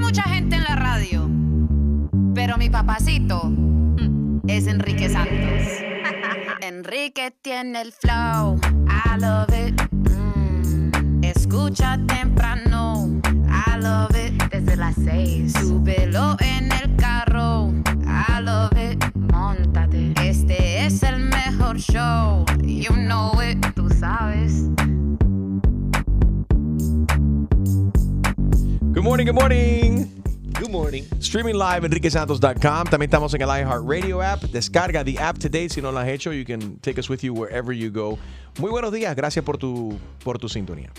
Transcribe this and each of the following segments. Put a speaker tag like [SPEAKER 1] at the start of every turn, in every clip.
[SPEAKER 1] mucha gente en la radio, pero mi papacito mm, es Enrique Santos. Enrique tiene el flow, I love it. Mm, Escucha temprano, I love it. Desde las seis, súbelo en el carro, I love it. Montate, este es el mejor show, you know it. Tú sabes.
[SPEAKER 2] Good morning, good morning.
[SPEAKER 3] Good morning.
[SPEAKER 2] Streaming live, enriquesantos.com. También estamos en el iHeartRadio app. Descarga the app today si no lo has hecho. You can take us with you wherever you go. Muy buenos días. Gracias por tu, por tu sintonía.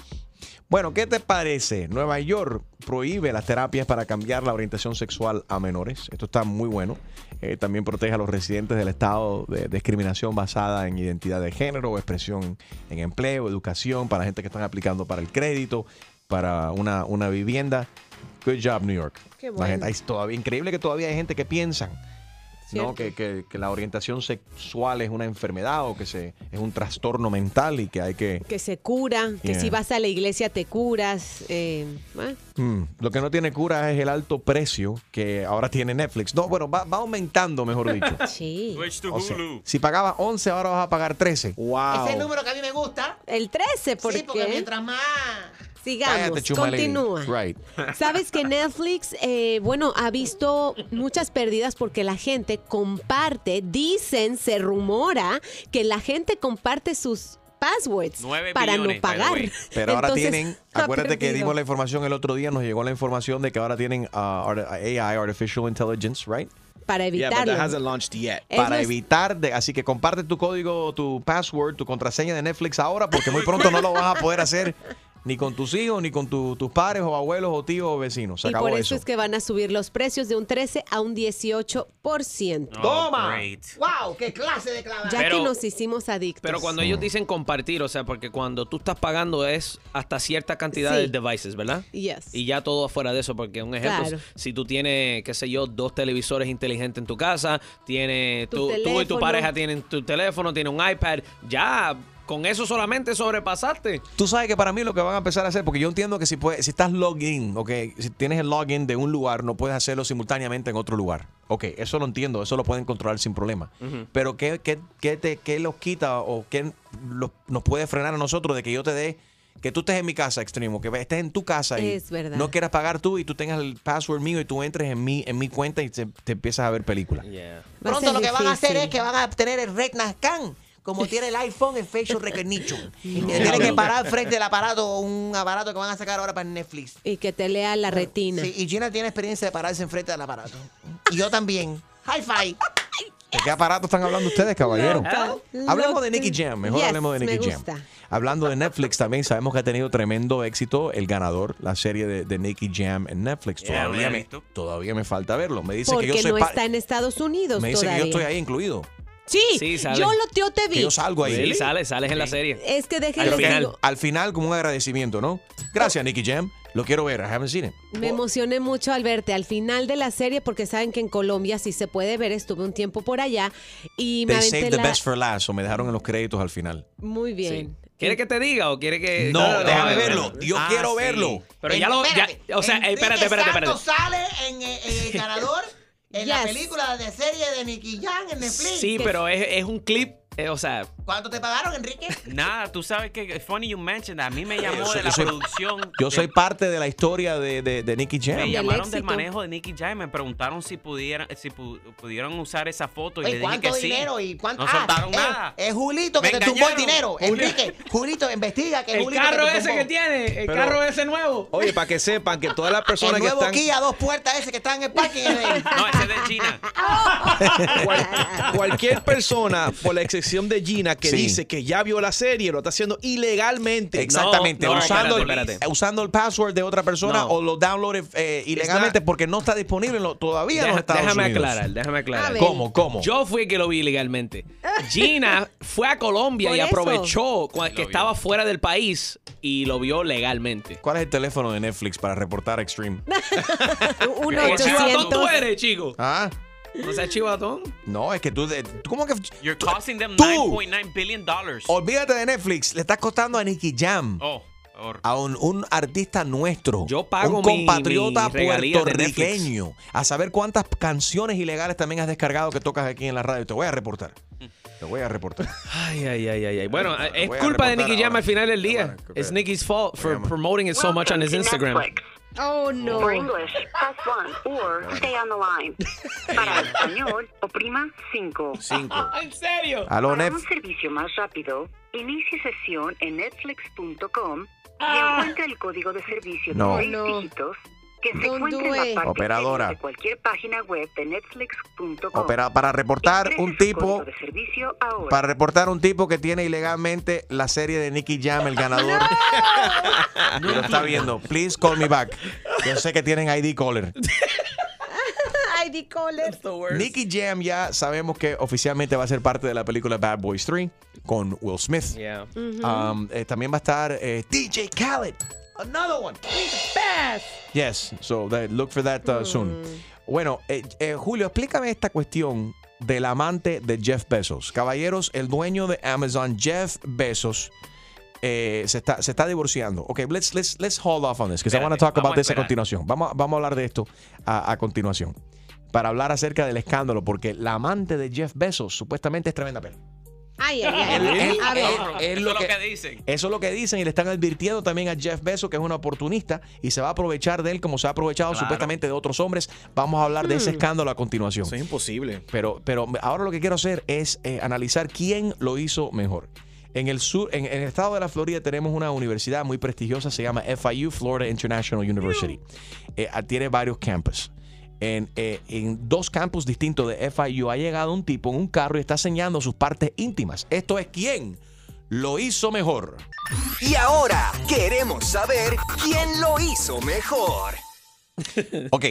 [SPEAKER 2] Bueno, ¿qué te parece? Nueva York prohíbe las terapias para cambiar la orientación sexual a menores. Esto está muy bueno. Eh, también protege a los residentes del estado de discriminación basada en identidad de género, o expresión en empleo, educación, para gente que están aplicando para el crédito, para una, una vivienda. Good job, New York.
[SPEAKER 4] Qué
[SPEAKER 2] La
[SPEAKER 4] bueno.
[SPEAKER 2] gente- es todavía, increíble que todavía hay gente que piensan
[SPEAKER 4] Cierto.
[SPEAKER 2] ¿no? que, que- que la orientación sexual es una enfermedad o que se, es un trastorno mental y que hay que...
[SPEAKER 4] Que se cura, que
[SPEAKER 2] Yeah.
[SPEAKER 4] si vas a la iglesia te curas. eh, ¿ah?
[SPEAKER 2] Mm, lo que no tiene cura es el alto precio que ahora tiene Netflix. No, bueno, va, va aumentando, mejor dicho.
[SPEAKER 4] Sí.
[SPEAKER 2] O sea, si pagaba 11, ahora vas a pagar 13. ¡Wow!
[SPEAKER 3] Ese es el número que a mí me gusta.
[SPEAKER 4] El 13, ¿por
[SPEAKER 3] sí, porque
[SPEAKER 4] qué?
[SPEAKER 3] mientras más.
[SPEAKER 4] Sigamos,
[SPEAKER 2] Cállate, Chuma Lady.
[SPEAKER 4] continúa.
[SPEAKER 2] Right.
[SPEAKER 4] Sabes que Netflix, eh, bueno, ha visto muchas pérdidas porque la gente comparte, dicen, se rumora que la gente comparte sus passwords
[SPEAKER 5] Nueve
[SPEAKER 4] para
[SPEAKER 5] millones, by the
[SPEAKER 4] no pagar.
[SPEAKER 5] way.
[SPEAKER 2] Pero ahora
[SPEAKER 4] Entonces,
[SPEAKER 2] tienen,
[SPEAKER 4] ha
[SPEAKER 2] acuérdate que
[SPEAKER 4] perdido.
[SPEAKER 2] dimos la información el otro día, nos llegó la información de que ahora tienen ah, ar- AI, Artificial Intelligence, right?
[SPEAKER 4] para
[SPEAKER 3] Yeah, but
[SPEAKER 4] evitarlo.
[SPEAKER 3] that hasn't launched yet.
[SPEAKER 4] Es
[SPEAKER 2] Para
[SPEAKER 4] nues-
[SPEAKER 2] evitar, de, así que comparte tu código, tu password, tu contraseña de Netflix ahora, porque muy pronto no lo vas a poder hacer ni con tus hijos, ni con tu- tus padres o abuelos o tíos o vecinos. Se
[SPEAKER 4] y
[SPEAKER 2] acabó
[SPEAKER 4] por eso,
[SPEAKER 2] eso.
[SPEAKER 4] es que van a subir los precios de un 13 a un 18%.
[SPEAKER 5] Oh,
[SPEAKER 3] ¡Toma!
[SPEAKER 5] great.
[SPEAKER 3] ¡Wow! ¡Qué clase de clavada!
[SPEAKER 4] Ya
[SPEAKER 6] Pero-
[SPEAKER 4] que nos hicimos adictos.
[SPEAKER 6] Pero
[SPEAKER 2] Pues
[SPEAKER 6] cuando ellos dicen compartir, o sea, porque cuando tú estás pagando es hasta cierta cantidad
[SPEAKER 4] Sí.
[SPEAKER 6] de devices, ¿verdad?
[SPEAKER 4] Yes.
[SPEAKER 6] Y ya todo afuera de eso, porque un ejemplo,
[SPEAKER 4] Claro.
[SPEAKER 6] si tú tienes, qué sé yo, dos televisores inteligentes en tu casa, tiene
[SPEAKER 4] Tu
[SPEAKER 6] tú, tú y tu
[SPEAKER 4] teléfono.
[SPEAKER 6] pareja tienen tu teléfono, tiene un iPad, ya con eso solamente sobrepasaste.
[SPEAKER 2] Tú sabes que para mí lo que van a empezar a hacer, porque yo entiendo que si, puedes, si estás login, ok, si tienes el login de un lugar, no puedes hacerlo simultáneamente en otro lugar. Ok, eso lo entiendo, eso lo pueden controlar sin problema. Pero ¿qué, qué, qué te, qué los quita o qué los- nos puede frenar a nosotros de que yo te dé, que tú estés en mi casa, extremo, que estés en tu casa y
[SPEAKER 4] Es verdad.
[SPEAKER 2] no quieras pagar tú y tú tengas el password mío y tú entres en mi, en mi cuenta y te, te empiezas a ver películas?
[SPEAKER 4] Va a
[SPEAKER 3] Pronto
[SPEAKER 4] ser
[SPEAKER 3] lo que van a hacer es
[SPEAKER 4] difícil.
[SPEAKER 3] que van a tener el Retina Scan. Como tiene el iPhone, el facial recognition. Y tienen que
[SPEAKER 6] Diablo.
[SPEAKER 3] parar frente al aparato, un aparato que van a sacar ahora para Netflix.
[SPEAKER 4] Y que te lea la retina.
[SPEAKER 3] Sí, y Gina tiene experiencia de pararse enfrente del aparato. Y yo también. Hi-Fi.
[SPEAKER 2] ¿De qué aparato están hablando ustedes, caballero?
[SPEAKER 4] Loca,
[SPEAKER 2] Hablemos
[SPEAKER 4] loca.
[SPEAKER 2] de Nicky Jam, mejor
[SPEAKER 4] Yes,
[SPEAKER 2] hablemos de
[SPEAKER 4] me
[SPEAKER 2] Nicky Jam.
[SPEAKER 4] gusta.
[SPEAKER 2] Hablando de Netflix también, sabemos que ha tenido tremendo éxito El Ganador, la serie de, de Nicky Jam en Netflix.
[SPEAKER 5] Yeah,
[SPEAKER 2] Todavía,
[SPEAKER 5] lo he
[SPEAKER 2] me,
[SPEAKER 5] visto.
[SPEAKER 2] todavía me falta verlo. Me dice
[SPEAKER 4] Porque
[SPEAKER 2] que yo soy
[SPEAKER 4] no
[SPEAKER 2] pa-
[SPEAKER 4] está en Estados Unidos
[SPEAKER 2] Me dice
[SPEAKER 4] todavía.
[SPEAKER 2] que yo estoy ahí incluido,
[SPEAKER 4] Sí,
[SPEAKER 6] Sí, sale.
[SPEAKER 4] yo lo yo te
[SPEAKER 2] que
[SPEAKER 4] vi.
[SPEAKER 2] yo salgo ahí.
[SPEAKER 6] Sí, sales, sales en la serie.
[SPEAKER 4] Es que dejen
[SPEAKER 6] Al
[SPEAKER 4] les
[SPEAKER 6] final.
[SPEAKER 4] digo,
[SPEAKER 2] Al final, como un agradecimiento, ¿no? Gracias, Nicky Jam. Lo quiero ver. I haven't seen it.
[SPEAKER 4] Me emocioné mucho al verte al final de la serie porque saben que en Colombia sí se puede ver, estuve un tiempo por allá y me
[SPEAKER 2] They
[SPEAKER 4] aventé
[SPEAKER 2] saved the
[SPEAKER 4] la-
[SPEAKER 2] best for last, o me dejaron en los créditos al final.
[SPEAKER 4] Muy bien.
[SPEAKER 6] Sí. ¿Quiere que te diga o quiere que.?
[SPEAKER 2] No, déjame
[SPEAKER 6] no,
[SPEAKER 2] verlo.
[SPEAKER 6] no. Ah,
[SPEAKER 2] Yo quiero verlo.
[SPEAKER 6] Pero ya lo. ya-
[SPEAKER 3] Espérate,
[SPEAKER 6] o sea,
[SPEAKER 3] Enrique
[SPEAKER 6] espérate, espérate, espérate.
[SPEAKER 3] Santos sale en, eh, en el ganador en la
[SPEAKER 4] Yes.
[SPEAKER 3] película de serie de Nicky Jam en Netflix.
[SPEAKER 6] Sí, pero es, es un clip, eh, o sea,
[SPEAKER 3] ¿Cuánto te pagaron, Enrique?
[SPEAKER 5] Nada, tú sabes que it's funny you mentioned. that. A mí me
[SPEAKER 2] Yo
[SPEAKER 5] llamó
[SPEAKER 2] soy-
[SPEAKER 5] de la
[SPEAKER 2] yo soy-
[SPEAKER 5] producción.
[SPEAKER 2] Yo
[SPEAKER 5] de-
[SPEAKER 2] soy parte de la historia de, de, de Nicky Jam.
[SPEAKER 5] Me
[SPEAKER 4] Del
[SPEAKER 5] llamaron
[SPEAKER 4] éxito.
[SPEAKER 5] del manejo de Nicky Jam. Me preguntaron si pudieran, si pu- pudieron usar esa foto y
[SPEAKER 3] Oye,
[SPEAKER 5] le dije que
[SPEAKER 3] ¿Cuánto
[SPEAKER 5] sí.
[SPEAKER 3] dinero y cuánto?
[SPEAKER 5] No soltaron
[SPEAKER 6] Ah,
[SPEAKER 3] eh,
[SPEAKER 5] nada.
[SPEAKER 3] Es Julito que
[SPEAKER 5] Me
[SPEAKER 3] te tumbó el dinero.
[SPEAKER 5] engañaron.
[SPEAKER 3] Enrique, Julito, investiga que es
[SPEAKER 6] El
[SPEAKER 3] Julito
[SPEAKER 6] carro
[SPEAKER 3] que te
[SPEAKER 6] ese
[SPEAKER 3] tumbó.
[SPEAKER 6] que tiene, el
[SPEAKER 7] Pero-
[SPEAKER 6] carro ese nuevo.
[SPEAKER 7] Oye, para que sepan que todas las personas
[SPEAKER 3] El
[SPEAKER 7] que
[SPEAKER 3] nuevo
[SPEAKER 7] están
[SPEAKER 3] Kia dos puertas ese que está en el parking es de él.
[SPEAKER 5] No, ese es de China.
[SPEAKER 7] cual- cualquier persona, por la excepción de Gina, que
[SPEAKER 2] Sí.
[SPEAKER 7] dice que ya vio la serie, lo está haciendo ilegalmente.
[SPEAKER 2] Exactamente,
[SPEAKER 6] No, no,
[SPEAKER 2] usando,
[SPEAKER 6] espérate,
[SPEAKER 2] el,
[SPEAKER 6] espérate.
[SPEAKER 2] usando el password de otra persona
[SPEAKER 6] No.
[SPEAKER 2] o lo downloaded eh, ilegalmente porque no está disponible en lo- todavía en los
[SPEAKER 6] Deja-
[SPEAKER 2] Estados
[SPEAKER 6] déjame
[SPEAKER 2] Unidos.
[SPEAKER 6] aclarar, déjame
[SPEAKER 4] A
[SPEAKER 6] aclarar.
[SPEAKER 4] ver.
[SPEAKER 2] ¿Cómo, cómo?
[SPEAKER 6] Yo fui el que lo vi ilegalmente. Gina fue a Colombia
[SPEAKER 4] Por
[SPEAKER 6] y
[SPEAKER 4] eso.
[SPEAKER 6] aprovechó cua- que estaba fuera del país y lo vio legalmente.
[SPEAKER 2] ¿Cuál es el teléfono de Netflix para reportar Extreme?
[SPEAKER 4] Un
[SPEAKER 6] ¿Qué chivatón tú
[SPEAKER 4] 800.
[SPEAKER 6] eres, chico?
[SPEAKER 2] ¿Ah?
[SPEAKER 6] No seas chivatón.
[SPEAKER 2] No, es que tú, de- tú ¿cómo que?
[SPEAKER 5] You're
[SPEAKER 2] tú-
[SPEAKER 5] costing them
[SPEAKER 2] tú,
[SPEAKER 5] 9.9 billion dollars.
[SPEAKER 2] olvídate de Netflix, le estás costando a Nicky Jam.
[SPEAKER 5] Oh, Or-
[SPEAKER 2] a un, un artista nuestro,
[SPEAKER 8] Yo pago
[SPEAKER 2] un
[SPEAKER 8] mi-
[SPEAKER 2] compatriota
[SPEAKER 8] mi regalías de
[SPEAKER 2] puertorriqueño, a saber cuántas canciones ilegales también has descargado que tocas aquí en la radio. Te voy a reportar. Te voy a reportar.
[SPEAKER 8] Ay, ay, ay, ay, ay. Bueno,
[SPEAKER 2] Voy a
[SPEAKER 8] es culpa de
[SPEAKER 2] reportar
[SPEAKER 8] Nicky Jam
[SPEAKER 2] ahora.
[SPEAKER 8] al final del
[SPEAKER 2] Voy
[SPEAKER 8] día.
[SPEAKER 2] a reportar.
[SPEAKER 8] It's Nicky's fault for
[SPEAKER 2] Voy a-
[SPEAKER 8] promoting it so much on his Instagram.
[SPEAKER 4] Oh, no.
[SPEAKER 9] For English, press 1 or stay on the line. Para español, oprima 5.
[SPEAKER 2] Cinco.
[SPEAKER 8] ¿En serio?
[SPEAKER 2] Aló,
[SPEAKER 9] Para
[SPEAKER 2] Nef.
[SPEAKER 9] un servicio más rápido, inicie sesión en netflix.com y encuentra el código de servicio
[SPEAKER 2] No.
[SPEAKER 9] de seis
[SPEAKER 4] No.
[SPEAKER 9] dígitos que se
[SPEAKER 4] Don't
[SPEAKER 9] encuentra
[SPEAKER 4] do
[SPEAKER 9] en la
[SPEAKER 4] it.
[SPEAKER 9] parte
[SPEAKER 2] Operadora.
[SPEAKER 9] de cualquier página web de netflix.com.
[SPEAKER 2] Opera- para reportar
[SPEAKER 9] Ingrese
[SPEAKER 2] un
[SPEAKER 9] su
[SPEAKER 2] tipo
[SPEAKER 9] este código de servicio ahora.
[SPEAKER 2] para reportar un tipo que tiene ilegalmente la serie de Nicky Jam, el ganador. Que lo está viendo. Please call me back. Yo sé que tienen ID caller.
[SPEAKER 4] ID caller.
[SPEAKER 2] Nicky Jam ya sabemos que oficialmente va a ser parte de la película Bad Boys 3 con Will Smith.
[SPEAKER 8] Yeah.
[SPEAKER 2] Um, eh, también va a estar eh, DJ Khaled. Another one. He's the best. Yes, so that- look for that uh, soon. Bueno, eh, eh, Julio, explícame esta cuestión del amante de Jeff Bezos. Caballeros, el dueño de Amazon, Jeff Bezos, eh, se, está, se está divorciando. Ok, let's, let's, let's hold off on this, because I want to
[SPEAKER 5] Espérate,
[SPEAKER 2] talk about
[SPEAKER 5] vamos a
[SPEAKER 2] this a
[SPEAKER 5] esperar.
[SPEAKER 2] continuación. Vamos, a- vamos a hablar de esto a, a continuación. Para hablar acerca del escándalo, porque la amante de Jeff Bezos supuestamente es tremenda perra.
[SPEAKER 4] Ay, ay, ay. a ver.
[SPEAKER 5] Eso
[SPEAKER 2] es
[SPEAKER 5] es
[SPEAKER 2] lo
[SPEAKER 5] lo
[SPEAKER 2] que-
[SPEAKER 5] que, dicen.
[SPEAKER 2] Eso es lo que dicen y le están advirtiendo también a Jeff Bezos, que es un oportunista y se va a aprovechar de él como se ha aprovechado
[SPEAKER 5] Claro.
[SPEAKER 2] supuestamente de otros hombres. Vamos a hablar de ese escándalo a continuación.
[SPEAKER 7] Eso es imposible.
[SPEAKER 2] Pero, pero ahora lo que quiero hacer es eh, analizar quién lo hizo mejor. En el sur, en, en el estado de la Florida tenemos una universidad muy prestigiosa, se llama FIU, Florida International University. Eh, ah, tiene varios campus. En, eh, en dos campus distintos de FIU ha llegado un tipo en un carro y está enseñando sus partes íntimas. Esto es quién lo hizo mejor.
[SPEAKER 10] Y ahora queremos saber quién lo hizo mejor.
[SPEAKER 2] Ok.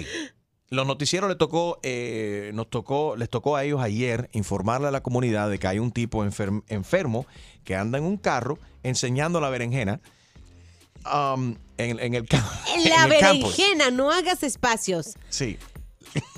[SPEAKER 2] Los noticieros le tocó, eh, nos tocó, les tocó a ellos ayer informarle a la comunidad de que hay un tipo enfer- enfermo que anda en un carro enseñando la berenjena um, en, en el, ca-
[SPEAKER 4] La
[SPEAKER 2] en el campus.
[SPEAKER 4] berenjena, no hagas espacios.
[SPEAKER 2] Sí.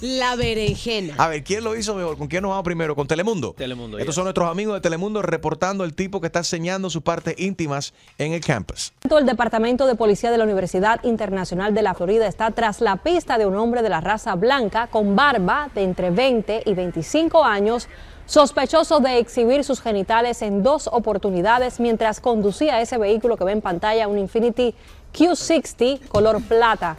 [SPEAKER 4] La berenjena.
[SPEAKER 2] A ver, ¿quién lo hizo mejor? ¿Con quién nos vamos primero? ¿Con Telemundo?
[SPEAKER 8] Telemundo,
[SPEAKER 2] Estos
[SPEAKER 8] yes.
[SPEAKER 2] son nuestros amigos de Telemundo reportando el tipo que está enseñando sus partes íntimas en el campus.
[SPEAKER 11] El Departamento de Policía de la Universidad Internacional de la Florida está tras la pista de un hombre de la raza blanca con barba de entre 20 y 25 años, sospechoso de exhibir sus genitales en dos oportunidades mientras conducía ese vehículo que ve en pantalla, un Infinity Q60 color plata.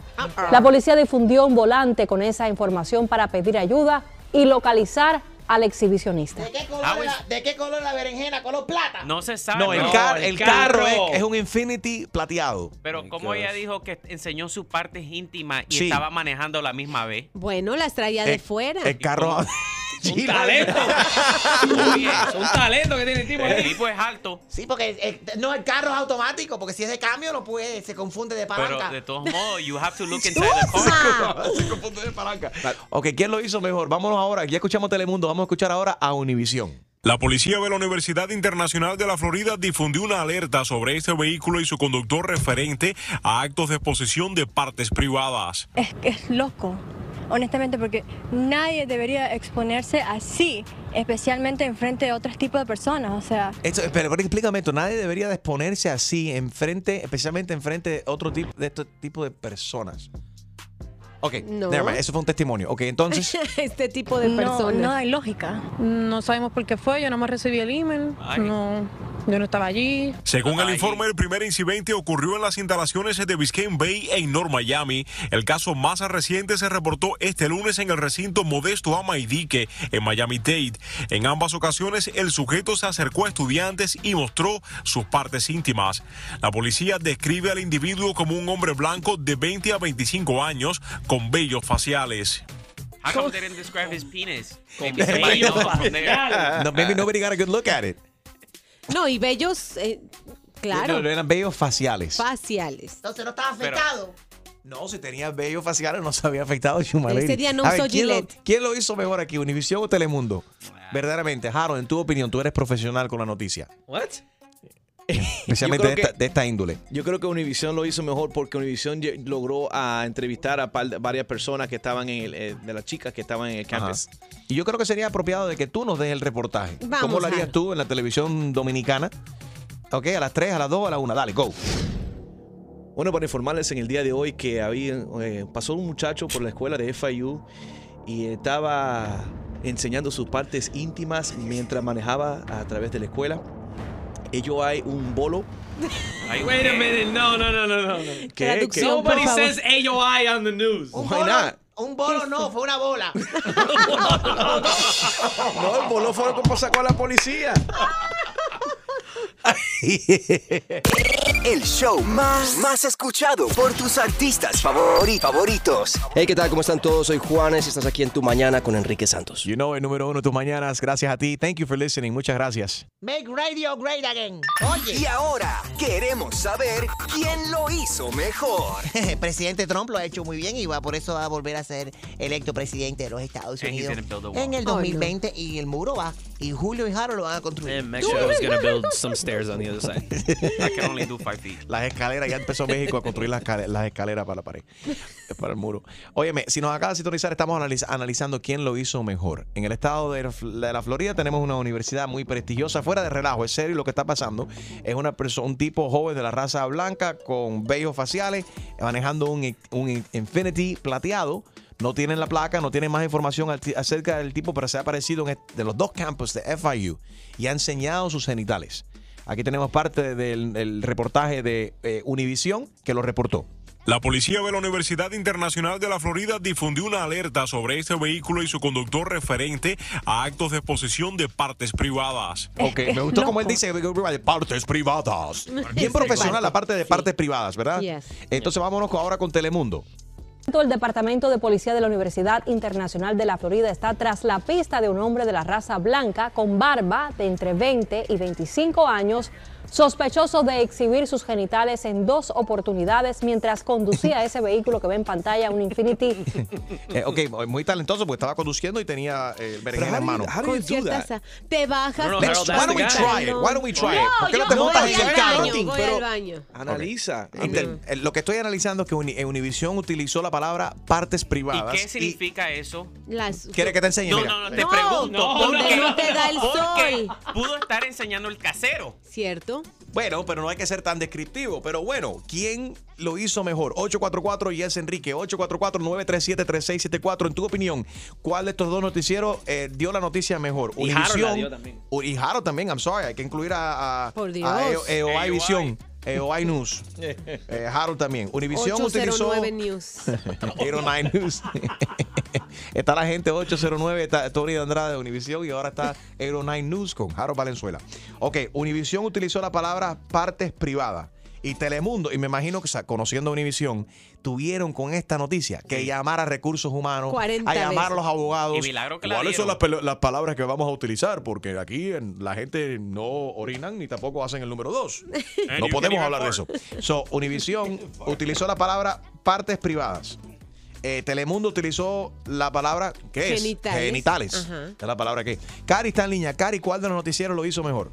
[SPEAKER 11] La policía difundió un volante con esa información para pedir ayuda y localizar al exhibicionista.
[SPEAKER 3] ¿De qué
[SPEAKER 5] Ah,
[SPEAKER 3] color, la, ¿De qué color la berenjena? ¿Color plata?
[SPEAKER 5] No se sabe.
[SPEAKER 2] No, el,
[SPEAKER 5] pero-
[SPEAKER 2] car-
[SPEAKER 8] el
[SPEAKER 2] el carro,
[SPEAKER 8] carro.
[SPEAKER 2] es, es un Infinity plateado.
[SPEAKER 5] Pero como ella dijo que enseñó sus partes íntimas y
[SPEAKER 2] Sí.
[SPEAKER 5] estaba manejando la misma vez.
[SPEAKER 4] Bueno, las traía de
[SPEAKER 2] El-
[SPEAKER 4] fuera.
[SPEAKER 2] El carro.
[SPEAKER 8] Un talento. Oye, es un talento que tiene el tipo
[SPEAKER 5] El
[SPEAKER 8] ahí.
[SPEAKER 5] tipo es alto,
[SPEAKER 3] Sí, porque eh, no, el carro es automático, porque si es de cambio no puede, se confunde de
[SPEAKER 5] pero
[SPEAKER 3] palanca.
[SPEAKER 5] de todos modos, you have to look inside the car.
[SPEAKER 4] Ah,
[SPEAKER 2] Ok, ¿quién lo hizo mejor? Vámonos ahora. Ya escuchamos Telemundo. Vamos a escuchar ahora a Univisión.
[SPEAKER 12] La policía de la Universidad Internacional de la Florida difundió una alerta sobre este vehículo y su conductor referente a actos de posesión de partes privadas.
[SPEAKER 13] Es que es loco, honestamente, porque nadie debería exponerse así, especialmente en frente de otros tipos de personas. O sea,
[SPEAKER 2] Esto, pero, pero explícame esto. Nadie debería de exponerse así, enfrente, especialmente enfrente de otro tipo de este tipo de personas. Ok,
[SPEAKER 4] No.
[SPEAKER 2] never mind, Eso fue un testimonio. Ok, entonces.
[SPEAKER 4] este tipo de
[SPEAKER 13] no,
[SPEAKER 4] personas.
[SPEAKER 13] no hay lógica.
[SPEAKER 11] No sabemos por qué fue, yo no más recibí el email,
[SPEAKER 5] Ay.
[SPEAKER 11] no, yo no estaba allí.
[SPEAKER 12] Según el
[SPEAKER 5] Ay.
[SPEAKER 12] informe, el primer incidente ocurrió en las instalaciones de Biscayne Bay en North Miami. El caso más reciente se reportó este lunes en el recinto Modesto Amaidique en Miami-Dade. En ambas ocasiones, el sujeto se acercó a estudiantes y mostró sus partes íntimas. La policía describe al individuo como un hombre blanco de 20 a 25 años con vellos faciales.
[SPEAKER 5] How come they didn't describe his penis? Maybe
[SPEAKER 8] Con
[SPEAKER 5] somebody
[SPEAKER 8] vello
[SPEAKER 5] knows from there.
[SPEAKER 2] no, maybe nobody got a good look at it.
[SPEAKER 4] No, y bellos, eh, claro,
[SPEAKER 2] No, eran vellos faciales.
[SPEAKER 4] faciales.
[SPEAKER 3] Entonces no estaba
[SPEAKER 5] Pero-
[SPEAKER 3] afectado.
[SPEAKER 2] no, si tenía vellos faciales no se había afectado Chuma
[SPEAKER 4] Ese
[SPEAKER 2] Lady.
[SPEAKER 4] día no
[SPEAKER 2] A ver,
[SPEAKER 4] usó
[SPEAKER 2] ¿quién, lo,
[SPEAKER 4] Gillette.
[SPEAKER 2] ¿Quién lo hizo mejor aquí, Univisión o Telemundo? Verdaderamente, Harold, en tu opinión, tú eres profesional con la noticia.
[SPEAKER 8] What?
[SPEAKER 2] Especialmente de
[SPEAKER 7] creo
[SPEAKER 2] esta-
[SPEAKER 7] que-
[SPEAKER 2] de esta índole.
[SPEAKER 7] Yo creo que Univision lo hizo mejor porque Univision lle- logró a entrevistar a par- varias personas que estaban en el, eh, de las chicas que estaban en el campus.
[SPEAKER 2] Ajá. Y yo creo que sería apropiado de que tú nos des el reportaje.
[SPEAKER 4] Vamos,
[SPEAKER 2] ¿Cómo lo harías
[SPEAKER 4] Harold.
[SPEAKER 2] tú en la televisión dominicana? Ok, a las 3, a las 2, a la 1. Dale, go.
[SPEAKER 7] Bueno, para informarles en el día de hoy que había, eh, pasó un muchacho por la escuela de FIU y estaba enseñando sus partes íntimas mientras manejaba a través de la escuela. Ello hay un bolo.
[SPEAKER 6] Wait a minute. No, no, no, no, no.
[SPEAKER 7] ¿Qué? Traducción, ¿Qué?
[SPEAKER 6] Nobody
[SPEAKER 7] por favor.
[SPEAKER 6] says AOI on the news.
[SPEAKER 7] Why not?
[SPEAKER 3] Un bolo no, fue una bola.
[SPEAKER 7] No, el bolo fue lo que sacó a la policía.
[SPEAKER 10] El show más, más escuchado por tus artistas favori- favoritos.
[SPEAKER 14] Hey, ¿qué tal? ¿Cómo están todos? Soy Juanes y estás aquí en Tu Mañana con Enrique Santos.
[SPEAKER 2] You know, el número uno, tus mañanas. Gracias a ti. Thank you for listening. Muchas gracias.
[SPEAKER 3] Make radio great again.
[SPEAKER 10] Y ahora queremos saber quién lo hizo mejor.
[SPEAKER 3] presidente Trump lo ha hecho muy bien y va por eso va a volver a ser electo presidente de los Estados
[SPEAKER 5] And he's
[SPEAKER 3] Unidos
[SPEAKER 5] gonna build a wall.
[SPEAKER 3] en el
[SPEAKER 5] Oh, no.
[SPEAKER 3] 2020 y el muro va y Julio y Harold lo van a construir.
[SPEAKER 6] Mexico is gonna build some stairs on the other side.
[SPEAKER 5] I can only do five feet.
[SPEAKER 2] Las escaleras, ya empezó México a construir las, escale- las escaleras para la pared, para el muro. Óyeme, si nos acaba de sintonizar, estamos analiz- analizando quién lo hizo mejor. En el estado de, la- de la Florida tenemos una universidad muy prestigiosa, fuera de relajo, es serio lo que está pasando. Es una perso- un tipo joven de la raza blanca con vellos faciales, manejando un, un Infinity plateado. No tienen la placa, no tienen más información al- acerca del tipo, pero se ha aparecido en est- de los dos campus de FIU y ha enseñado sus genitales. Aquí tenemos parte del, del reportaje de eh, Univisión que lo reportó.
[SPEAKER 15] La policía de la Universidad Internacional de la Florida difundió una alerta sobre este vehículo y su conductor referente a actos de posesión de partes privadas.
[SPEAKER 2] Ok, me gustó como él dice de partes privadas.
[SPEAKER 4] Este
[SPEAKER 2] Bien profesional la parte de partes privadas, ¿verdad?
[SPEAKER 11] Yes.
[SPEAKER 2] Entonces vámonos con- ahora con Telemundo.
[SPEAKER 11] El Departamento de Policía de la Universidad Internacional de la Florida está tras la pista de un hombre de la raza blanca con barba de entre 20 y 25 años, sospechoso de exhibir sus genitales en dos oportunidades mientras conducía ese vehículo que ve en pantalla, un Infinity.
[SPEAKER 2] Eh, ok, muy talentoso porque estaba conduciendo y tenía eh, berenjena
[SPEAKER 7] Pero
[SPEAKER 2] en
[SPEAKER 7] how do
[SPEAKER 2] mano.
[SPEAKER 7] you- how do you
[SPEAKER 4] Con cierta sa- Te bajas.
[SPEAKER 2] No, no, Harold, that's Why don't the we guy. try it? Why don't we try it? ¿Por qué no te
[SPEAKER 4] yo
[SPEAKER 2] montas
[SPEAKER 4] voy
[SPEAKER 2] en el
[SPEAKER 4] al
[SPEAKER 2] carro?
[SPEAKER 4] baño,
[SPEAKER 2] Ting,
[SPEAKER 4] voy
[SPEAKER 2] pero-
[SPEAKER 4] al baño.
[SPEAKER 7] Analiza.
[SPEAKER 2] Ok. Inter- eh, Lo que estoy analizando es que Uni- eh, Univision utilizó la palabra partes privadas.
[SPEAKER 5] ¿Qué significa eso?
[SPEAKER 4] Las-
[SPEAKER 2] ¿Quiere que te enseñe?
[SPEAKER 5] No,
[SPEAKER 2] Mira.
[SPEAKER 5] no, no, te
[SPEAKER 4] No,
[SPEAKER 5] pregunto.
[SPEAKER 4] no,
[SPEAKER 5] ¿por
[SPEAKER 4] no,
[SPEAKER 5] qué?
[SPEAKER 4] no te da el
[SPEAKER 5] Porque
[SPEAKER 4] sol.
[SPEAKER 5] Pudo estar enseñando el casero.
[SPEAKER 4] ¿Cierto?
[SPEAKER 2] Bueno, pero no hay que ser tan descriptivo. Pero bueno, ¿quién lo hizo mejor? 844 Yes Enrique, 844-937-3674. En tu opinión, ¿cuál de estos dos noticieros eh, dio la noticia mejor?
[SPEAKER 6] Y Harold
[SPEAKER 2] Univisión-
[SPEAKER 6] la dio también.
[SPEAKER 2] U- Y Harold también, I'm sorry. Hay que incluir a, E a,
[SPEAKER 6] Por Dios.
[SPEAKER 2] a EO- EOI
[SPEAKER 6] EOI.
[SPEAKER 2] Visión, EOI E News. Eh, Harold también. Univisión utilizó.
[SPEAKER 4] 809 News.
[SPEAKER 2] 809 News. está la gente 809, está Tony de Andrade de Univisión y ahora está 809 News con Harold Valenzuela. Ok, Univisión utilizó la palabra partes privadas. Y Telemundo, y me imagino que sa- conociendo a Univisión, tuvieron con esta noticia que llamar a recursos humanos,
[SPEAKER 6] 40
[SPEAKER 2] a llamar a los
[SPEAKER 6] veces.
[SPEAKER 2] abogados.
[SPEAKER 6] Y milagro que la
[SPEAKER 2] ¿Cuáles son
[SPEAKER 6] dieron?
[SPEAKER 2] las, pel- las palabras que vamos a utilizar? Porque aquí en- la gente este, no orinan ni tampoco hacen el número 2. No
[SPEAKER 15] you
[SPEAKER 2] podemos
[SPEAKER 15] can
[SPEAKER 2] hablar de eso. So, Univision utilizó la palabra partes privadas. Eh, Telemundo utilizó la palabra ¿qué es?
[SPEAKER 4] Genitales.
[SPEAKER 2] Genitales.
[SPEAKER 4] Ajá.
[SPEAKER 2] Es la palabra que. Cari está en línea. Cari, ¿cuál de los noticieros lo hizo mejor?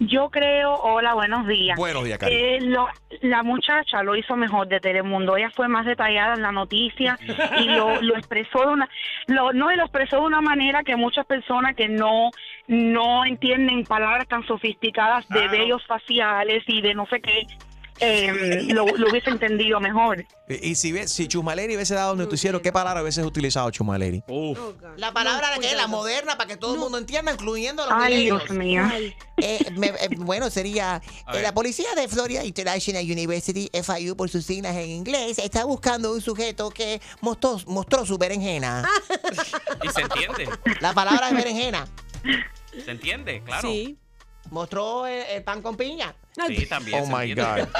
[SPEAKER 16] Yo creo, hola, buenos días.
[SPEAKER 2] Buenos días, Cari.
[SPEAKER 16] Eh, lo- la muchacha lo hizo mejor de Telemundo. Ella fue más detallada en la noticia y lo, lo expresó de una, lo, no, y lo expresó de una manera que muchas personas que no no entienden palabras tan sofisticadas de vellos faciales y de no sé qué, eh, lo, lo hubiese entendido mejor.
[SPEAKER 2] Y, y si ve- si Chumaleri hubiese dado un noticiero, ¿qué palabra hubiese utilizado Chumaleri?
[SPEAKER 3] La palabra de qué, la moderna, para que todo el mundo entienda, incluyendo a los
[SPEAKER 2] Ay,
[SPEAKER 3] millennials.
[SPEAKER 2] Dios mío.
[SPEAKER 3] Eh, me- eh, bueno,
[SPEAKER 2] A
[SPEAKER 3] sería eh,
[SPEAKER 2] ver.
[SPEAKER 3] la policía de Florida International University, FIU por sus siglas en inglés, está buscando un sujeto que mostró, mostró su berenjena.
[SPEAKER 2] Ah.
[SPEAKER 5] Y se entiende.
[SPEAKER 3] La palabra es berenjena.
[SPEAKER 5] Se entiende, claro.
[SPEAKER 3] Mostró el, el pan con piña.
[SPEAKER 5] Sí, también.
[SPEAKER 2] Oh
[SPEAKER 5] se
[SPEAKER 2] my
[SPEAKER 5] entiende.
[SPEAKER 2] God.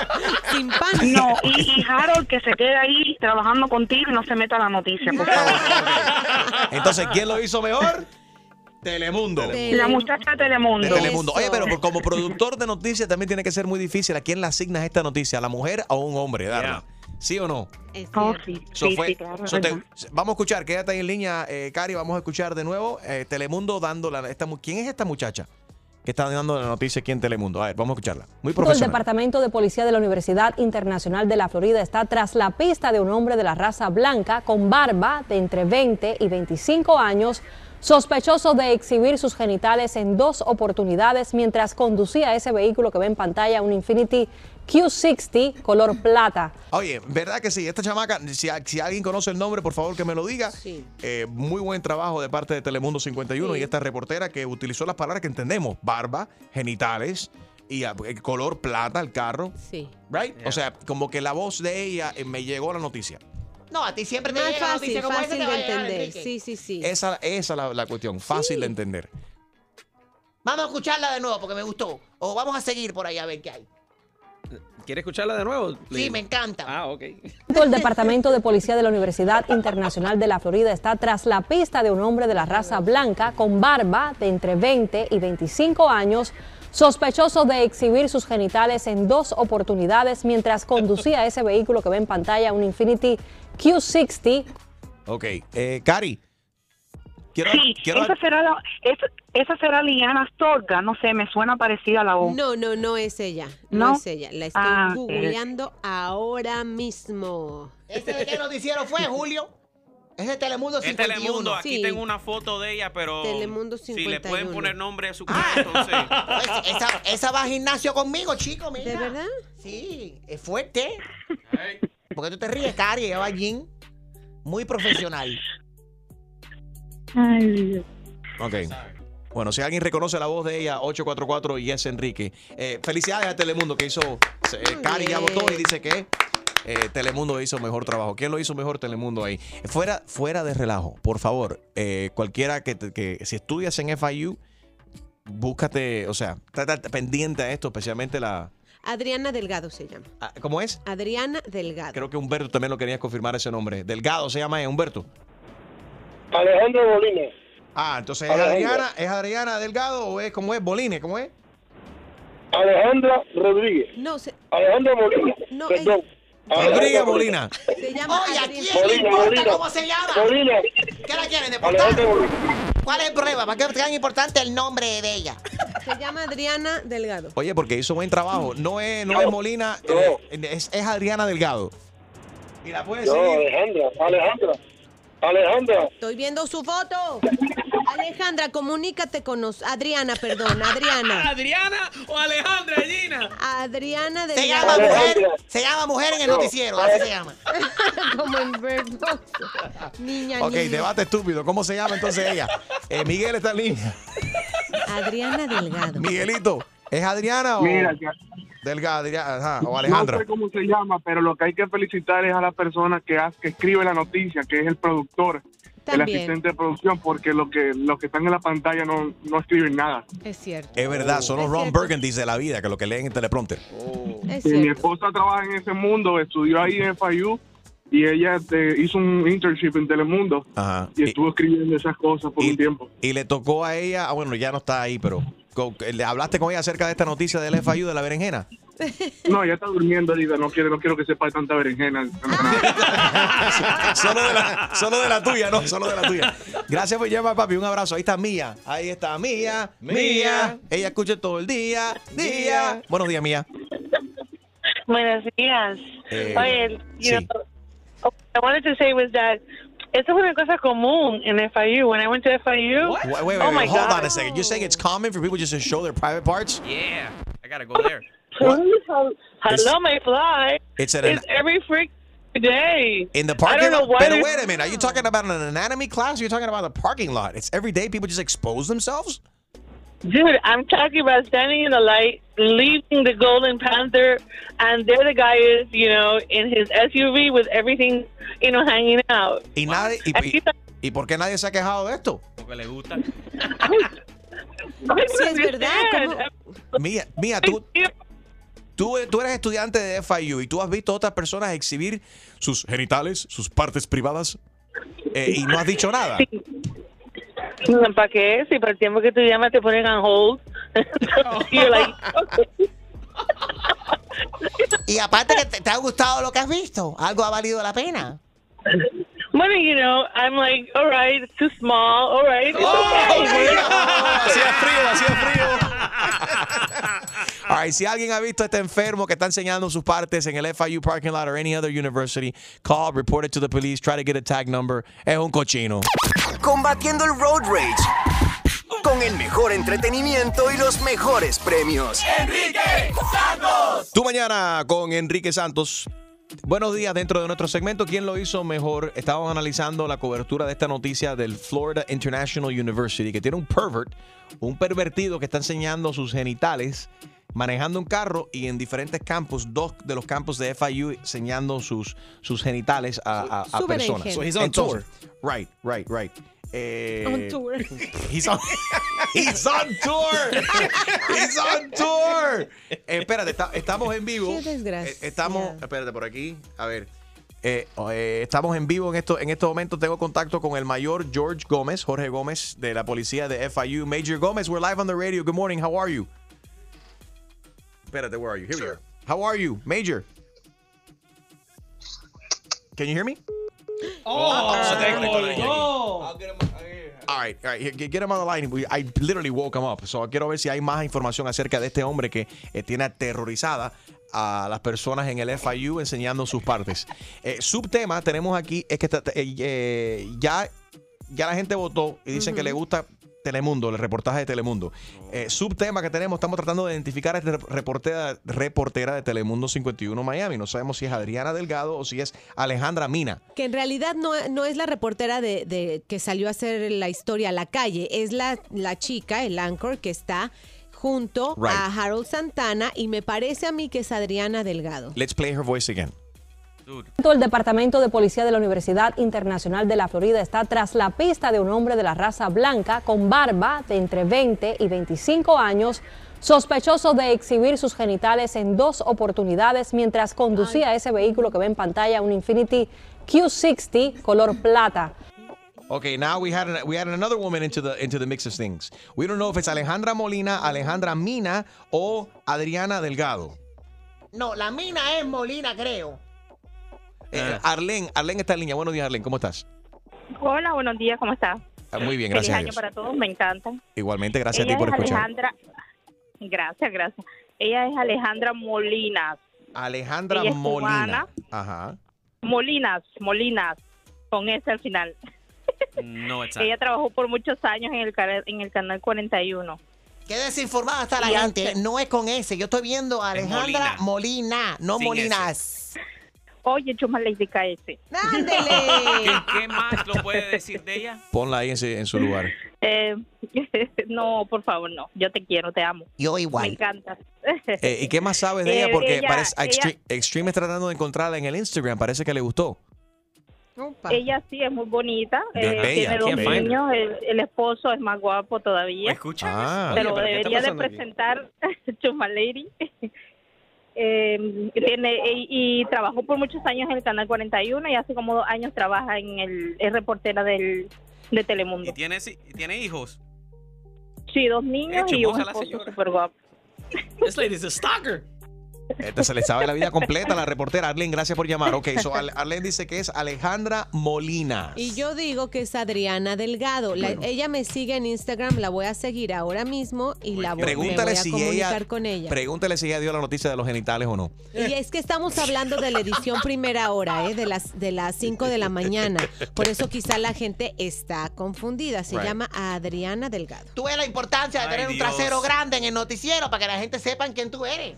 [SPEAKER 4] Sin
[SPEAKER 16] No, y, y Harold que se quede ahí trabajando contigo y no se meta a la noticia, por favor.
[SPEAKER 2] Entonces, ¿quién lo hizo mejor? Telemundo.
[SPEAKER 16] La muchacha de Telemundo.
[SPEAKER 2] De Telemundo. Oye, pero por- como productor de noticias también tiene que ser muy difícil. ¿A quién le asignas esta noticia? ¿A la mujer o a un hombre? Darla. ¿Sí o no?
[SPEAKER 16] Oh, sí,
[SPEAKER 2] So
[SPEAKER 16] sí,
[SPEAKER 2] fue-
[SPEAKER 16] sí, claro,
[SPEAKER 2] so te-
[SPEAKER 16] verdad.
[SPEAKER 2] vamos a escuchar, quédate ahí en línea, eh, Cari. Vamos a escuchar de nuevo eh, Telemundo dando la. Esta, mu- ¿Quién es esta muchacha que está dando la noticia aquí en Telemundo? A ver, vamos a escucharla. Muy
[SPEAKER 11] El
[SPEAKER 2] profesional.
[SPEAKER 11] Departamento de Policía de la Universidad Internacional de la Florida está tras la pista de un hombre de la raza blanca con barba de entre 20 y 25 años, sospechoso de exhibir sus genitales en dos oportunidades mientras conducía ese vehículo que ve en pantalla, un Infinity Q60 color plata.
[SPEAKER 2] Oye, ¿verdad que sí? Esta chamaca, si, a- si alguien conoce el nombre, por favor que me lo diga. Eh, muy buen trabajo de parte de Telemundo 51
[SPEAKER 4] Sí.
[SPEAKER 2] y esta reportera que utilizó las palabras que entendemos: barba, genitales y ah, el color plata al carro.
[SPEAKER 4] Sí.
[SPEAKER 2] ¿Right? O sea, como que la voz de ella eh, me llegó la noticia.
[SPEAKER 3] No, a ti siempre te
[SPEAKER 4] Más
[SPEAKER 3] llega la
[SPEAKER 4] fácil,
[SPEAKER 3] noticia como esa,
[SPEAKER 4] fácil
[SPEAKER 3] te va
[SPEAKER 4] de
[SPEAKER 3] a llegar,
[SPEAKER 4] entender.
[SPEAKER 3] Enrique.
[SPEAKER 4] Sí, sí, sí.
[SPEAKER 2] Esa es la, la cuestión, fácil de entender.
[SPEAKER 3] Vamos a escucharla de nuevo porque me gustó. O vamos a seguir por ahí a ver qué hay.
[SPEAKER 17] ¿Quiere escucharla de nuevo?
[SPEAKER 3] Sí, me encanta.
[SPEAKER 17] Oh, Ah, ok.
[SPEAKER 11] El Departamento de Policía de la Universidad Internacional de la Florida está tras la pista de un hombre de la raza blanca con barba de entre 20 y 25 años, sospechoso de exhibir sus genitales en dos oportunidades mientras conducía ese vehículo que ve en pantalla, un Infinity Q60
[SPEAKER 2] Ok, eh, Cari. Quiero,
[SPEAKER 13] Sí,
[SPEAKER 2] quiero-
[SPEAKER 13] esa será, la- esa, esa será Liana Astorga, no sé, me suena parecida a la voz.
[SPEAKER 4] No, no, no es ella. No,
[SPEAKER 13] ¿No?
[SPEAKER 4] es ella. La estoy
[SPEAKER 13] Ah, ok.
[SPEAKER 4] googleando ahora mismo.
[SPEAKER 3] Ese de qué noticiero fue, Julio. Es de Telemundo
[SPEAKER 5] Este Es
[SPEAKER 3] 51.
[SPEAKER 5] Telemundo, aquí tengo una foto de ella, pero
[SPEAKER 3] Telemundo
[SPEAKER 5] si le
[SPEAKER 3] 51.
[SPEAKER 5] pueden poner nombre a su
[SPEAKER 4] Ah,
[SPEAKER 5] casa, entonces...
[SPEAKER 3] Pues, esa, esa va al gimnasio conmigo, chico, mira.
[SPEAKER 4] ¿De verdad?
[SPEAKER 3] Sí, es fuerte. Porque tú te ríes, Cari, ella va al gym. Muy profesional.
[SPEAKER 2] Ok. Bueno, si alguien reconoce la voz de ella, 844 y es Enrique. Eh, felicidades a Telemundo que hizo. eh, Cari ya votó y dice que eh, Telemundo hizo mejor trabajo. ¿Quién lo hizo mejor? Telemundo ahí. Fuera, fuera de relajo, por favor. eh, cualquiera que, te- que si estudias en FIU, búscate, o sea, trata pendiente a esto, especialmente la.
[SPEAKER 4] Adriana Delgado se llama.
[SPEAKER 2] ah, ¿Cómo es?
[SPEAKER 4] Adriana Delgado.
[SPEAKER 2] Creo que Humberto también lo querías confirmar ese nombre. Delgado se llama eh, Humberto.
[SPEAKER 18] Alejandro Bolines.
[SPEAKER 2] Ah, entonces es
[SPEAKER 18] Alejandro.
[SPEAKER 2] Adriana, es Adriana Delgado o es cómo es Bolines, ¿cómo es?
[SPEAKER 18] Alejandra Rodríguez.
[SPEAKER 4] No, se,
[SPEAKER 18] Alejandra Molina.
[SPEAKER 4] No,
[SPEAKER 18] Perdón. Ah. Alejandra
[SPEAKER 2] Rodríguez Molina.
[SPEAKER 4] se llama
[SPEAKER 3] Oye, ¿a quién le
[SPEAKER 18] Molina,
[SPEAKER 3] importa
[SPEAKER 18] Molina.
[SPEAKER 3] cómo se llama?
[SPEAKER 18] Molina.
[SPEAKER 3] ¿Qué la quieren deportar?
[SPEAKER 18] Alejandra Molina.
[SPEAKER 3] ¿Cuál es el problema? ¿Para qué es tan importante el nombre de ella?
[SPEAKER 4] se llama Adriana Delgado.
[SPEAKER 2] Oye, porque hizo buen trabajo. No es, no es Molina, eh, es, es Adriana Delgado. Y la puedes
[SPEAKER 18] No,
[SPEAKER 2] seguir.
[SPEAKER 18] Alejandra, Alejandra. Alejandra.
[SPEAKER 4] Estoy viendo su foto. Alejandra, comunícate con nosotros. Adriana, perdón, Adriana.
[SPEAKER 17] ¿Adriana o Alejandra, Gina?
[SPEAKER 4] Adriana Delgado.
[SPEAKER 3] Se llama mujer, se llama mujer en el
[SPEAKER 4] No,
[SPEAKER 3] noticiero, así se llama.
[SPEAKER 4] Como en Bird Box. Niña,
[SPEAKER 2] Ok,
[SPEAKER 4] niña.
[SPEAKER 2] debate estúpido. ¿Cómo se llama entonces ella? Eh, Miguel está en línea.
[SPEAKER 4] Adriana Delgado.
[SPEAKER 2] Miguelito, ¿es Adriana o
[SPEAKER 16] Mira, ya.
[SPEAKER 2] Delgado? Adriana, ajá, o Alejandra.
[SPEAKER 16] No sé cómo se llama, pero lo que hay que felicitar es a la persona que, hace- que escribe la noticia, que es el productor, el
[SPEAKER 4] También.
[SPEAKER 16] asistente de producción, porque los que, los que están en la pantalla no, no escriben nada.
[SPEAKER 4] Es cierto.
[SPEAKER 2] Es verdad, son los Ron Burgundy de la vida, que lo que leen en teleprompter.
[SPEAKER 16] Y mi esposa trabaja en ese mundo, estudió ahí en FIU y ella este, hizo un internship en Telemundo
[SPEAKER 2] Ajá.
[SPEAKER 16] y estuvo escribiendo esas cosas por un tiempo.
[SPEAKER 2] Y le tocó a ella, ah, bueno, ya no está ahí, pero co- ¿le hablaste con ella acerca de esta noticia del FIU de la berenjena?
[SPEAKER 16] No, ya está durmiendo ahorita, no quiero, no quiero que sepa tanta berenjena.
[SPEAKER 2] solo, de la, solo de la tuya, no, solo de la tuya. Gracias por llamar, papi. Un abrazo. Ahí está Mía. Ahí está Mía. Mía. Ella escucha todo el día. Día. Buenos días, Mía.
[SPEAKER 8] Buenos días.
[SPEAKER 2] Eh,
[SPEAKER 8] Oye, you know, what I wanted to say was that esto es una cosa común en FIU. When I went to FIU,
[SPEAKER 2] Wait, wait, wait,
[SPEAKER 8] oh my
[SPEAKER 2] wait, Hold
[SPEAKER 8] God.
[SPEAKER 2] on a second. You're saying it's common for people just to show their private parts?
[SPEAKER 5] Yeah, I gotta go there.
[SPEAKER 8] Hello, my fly.
[SPEAKER 2] It's at an-
[SPEAKER 8] It's every freak day.
[SPEAKER 2] In the
[SPEAKER 8] I
[SPEAKER 2] parking
[SPEAKER 8] don't know
[SPEAKER 2] lot?
[SPEAKER 8] why
[SPEAKER 2] But
[SPEAKER 8] they-
[SPEAKER 2] wait a minute. Are you talking about an anatomy class? Or you're talking about a parking lot. It's every day people just expose themselves?
[SPEAKER 8] Dude, I'm talking about standing in the light, leaving the Golden Panther, and there the guy is, you know, in his SUV with everything, you know, hanging out.
[SPEAKER 2] Y nadie. Y, y- ¿Y por qué nadie se ha quejado de esto?
[SPEAKER 5] Porque le gusta.
[SPEAKER 4] Sí, es verdad. ¿cómo?
[SPEAKER 2] Mía, mía tú, tú, tú eres estudiante de FIU y tú has visto a otras personas exhibir sus genitales, sus partes privadas eh, y no has dicho nada.
[SPEAKER 8] ¿Para qué? Si para el tiempo que tú llamas te ponen on hold. You're like,
[SPEAKER 3] Y aparte que te, te ha gustado lo que has visto, algo ha valido la pena.
[SPEAKER 8] Bueno, you know, I'm like, all right, it's too small, all right, it's
[SPEAKER 2] Oh,
[SPEAKER 8] okay.
[SPEAKER 2] Hacía frío, hacía frío. All right, si alguien ha visto a este enfermo que está enseñando sus partes en el FIU parking lot or any other university, call, report it to the police, try to get a tag number. Es un cochino.
[SPEAKER 10] Combatiendo el road rage. con el mejor entretenimiento y los mejores premios.
[SPEAKER 2] Enrique Santos. Tú mañana con Enrique Santos. Buenos días dentro de nuestro segmento. ¿Quién lo hizo mejor? Estábamos analizando la cobertura de esta noticia del Florida International University, que tiene un pervert, un pervertido que está enseñando sus genitales manejando un carro y en diferentes campos, dos de los campos de FIU enseñando sus, sus genitales a, a- a
[SPEAKER 7] Súper
[SPEAKER 2] personas.
[SPEAKER 7] ingenuo. So he's on
[SPEAKER 2] Entonces, Right, right, right. Eh, He's on, he's on tour. He's on tour. Eh, espérate, está- estamos en vivo.
[SPEAKER 4] Qué desgracia.
[SPEAKER 2] Eh, Estamos, espérate, por aquí. A ver. Eh, eh, estamos en vivo en esto en estos momentos. Tengo contacto con el mayor George Gómez, Jorge Gómez, de la policía de FIU. Major Gómez, we're live on the radio. Good morning, how are you? Espérate, where are you? Here we are. How are you, Major? Can you hear me?
[SPEAKER 6] Oh,
[SPEAKER 2] se
[SPEAKER 6] te
[SPEAKER 2] conectó la gente
[SPEAKER 6] colgó.
[SPEAKER 2] All right, all right. here, Get him on the line. We- I literally woke him up. So quiero ver si hay más información acerca de este hombre que eh, tiene aterrorizada a las personas en el FIU enseñando sus partes. Eh, subtema tenemos aquí es que está- eh, eh, ya, ya la gente votó y dicen que le gusta Telemundo, el reportaje de Telemundo. Eh, subtema que tenemos, estamos tratando de identificar a esta rep- reportera, reportera de Telemundo 51 Miami. No sabemos si es Adriana Delgado o si es Alejandra Mina.
[SPEAKER 4] Que en realidad no, no es la reportera de, de- que salió a hacer la historia a la calle, es la, la chica, el anchor, que está junto
[SPEAKER 2] Right.
[SPEAKER 4] a Harold Santana y me parece a mí que es Adriana Delgado.
[SPEAKER 2] Let's play her voice again.
[SPEAKER 11] El Departamento de Policía de la Universidad Internacional de la Florida está tras la pista de un hombre de la raza blanca con barba de entre 20 y 25 años, sospechoso de exhibir sus genitales en dos oportunidades mientras conducía ese vehículo que ve en pantalla, un Infinity Q60 color plata.
[SPEAKER 2] Okay, now we had we had another woman into the into the mix of things. We don't know if it's Alejandra Molina, Alejandra Mina o Adriana Delgado.
[SPEAKER 3] No, la mina es Molina, creo.
[SPEAKER 2] Eh, Arlen, Arlen está en línea. Buenos días, Arlen, ¿cómo estás?
[SPEAKER 13] Hola, buenos días, ¿cómo estás?
[SPEAKER 2] Ah, Muy bien, gracias a
[SPEAKER 13] Feliz año
[SPEAKER 2] Dios.
[SPEAKER 13] para todos, me encanta.
[SPEAKER 2] Igualmente, gracias
[SPEAKER 13] Ella
[SPEAKER 2] a ti por
[SPEAKER 13] es
[SPEAKER 2] escuchar.
[SPEAKER 13] Alejandra, gracias, gracias. Ella es Alejandra Molinas,
[SPEAKER 2] Alejandra
[SPEAKER 13] Ella es
[SPEAKER 2] Molina. Ajá.
[SPEAKER 13] Molinas, Molinas, con S al final.
[SPEAKER 5] No, it's
[SPEAKER 13] Ella trabajó por muchos años en el, cara- en el canal 41.
[SPEAKER 3] Qué desinformada está la
[SPEAKER 13] Y
[SPEAKER 3] gente.
[SPEAKER 13] antes-
[SPEAKER 3] No es con ese. Yo estoy viendo a Alejandra Molina, no
[SPEAKER 13] Sin
[SPEAKER 3] Molinas.
[SPEAKER 13] Oye, chuma Lady KS.
[SPEAKER 5] ¿Qué, qué más lo puede decir de ella?
[SPEAKER 2] Ponla ahí en, su- en su lugar.
[SPEAKER 13] Eh, no, por favor, no. Yo te quiero, te amo.
[SPEAKER 2] Yo
[SPEAKER 13] Me encanta.
[SPEAKER 2] Eh, ¿Y qué más sabes de ella?
[SPEAKER 13] Eh,
[SPEAKER 2] Porque
[SPEAKER 13] ella-
[SPEAKER 2] parece a Extre-
[SPEAKER 13] ella-
[SPEAKER 2] Extreme está tratando de encontrarla en el Instagram. Parece que le gustó.
[SPEAKER 13] Ella sí es muy bonita,
[SPEAKER 2] Bien
[SPEAKER 13] eh,
[SPEAKER 2] bella,
[SPEAKER 13] tiene dos
[SPEAKER 2] bien bella.
[SPEAKER 13] niños, el, el esposo es más guapo todavía.
[SPEAKER 5] Escucha.
[SPEAKER 2] Ah.
[SPEAKER 13] pero
[SPEAKER 2] Oye, ¿pero
[SPEAKER 19] eh,
[SPEAKER 2] qué está
[SPEAKER 13] debería de
[SPEAKER 2] pasando aquí?
[SPEAKER 13] presentar Chuma Lady. Eh, tiene, y, y trabajó por muchos años en el Canal 41 y hace como dos años trabaja en el es reportera del, de Telemundo.
[SPEAKER 5] ¿Tiene, si- tiene hijos?
[SPEAKER 13] Sí, dos niños
[SPEAKER 5] Eh,
[SPEAKER 13] y un
[SPEAKER 5] chismosa la
[SPEAKER 13] esposo
[SPEAKER 5] señora.
[SPEAKER 13] súper guapo.
[SPEAKER 6] This lady's a stalker.
[SPEAKER 2] Esta se le sabe la vida completa a la reportera. Arlen, gracias por llamar. Ok, so Ar- Arlen dice que es Alejandra Molina.
[SPEAKER 4] Y yo digo que es Adriana Delgado. La- ella me sigue en Instagram, la voy a seguir ahora mismo y la voy, Ah, me voy
[SPEAKER 2] Pregúntale
[SPEAKER 4] a
[SPEAKER 2] si
[SPEAKER 4] comunicar
[SPEAKER 2] ella,
[SPEAKER 4] con ella.
[SPEAKER 2] Pregúntale si ella dio la noticia de los genitales o no.
[SPEAKER 4] Y es que estamos hablando de la edición primera hora, ¿eh? de las de las 5 de la mañana. Por eso quizá la gente está confundida. Se
[SPEAKER 2] Right.
[SPEAKER 4] llama Adriana Delgado.
[SPEAKER 3] Tú ves la importancia de
[SPEAKER 4] Ay,
[SPEAKER 3] tener un
[SPEAKER 4] Dios.
[SPEAKER 3] trasero grande en el noticiero para que la gente sepan quién tú eres.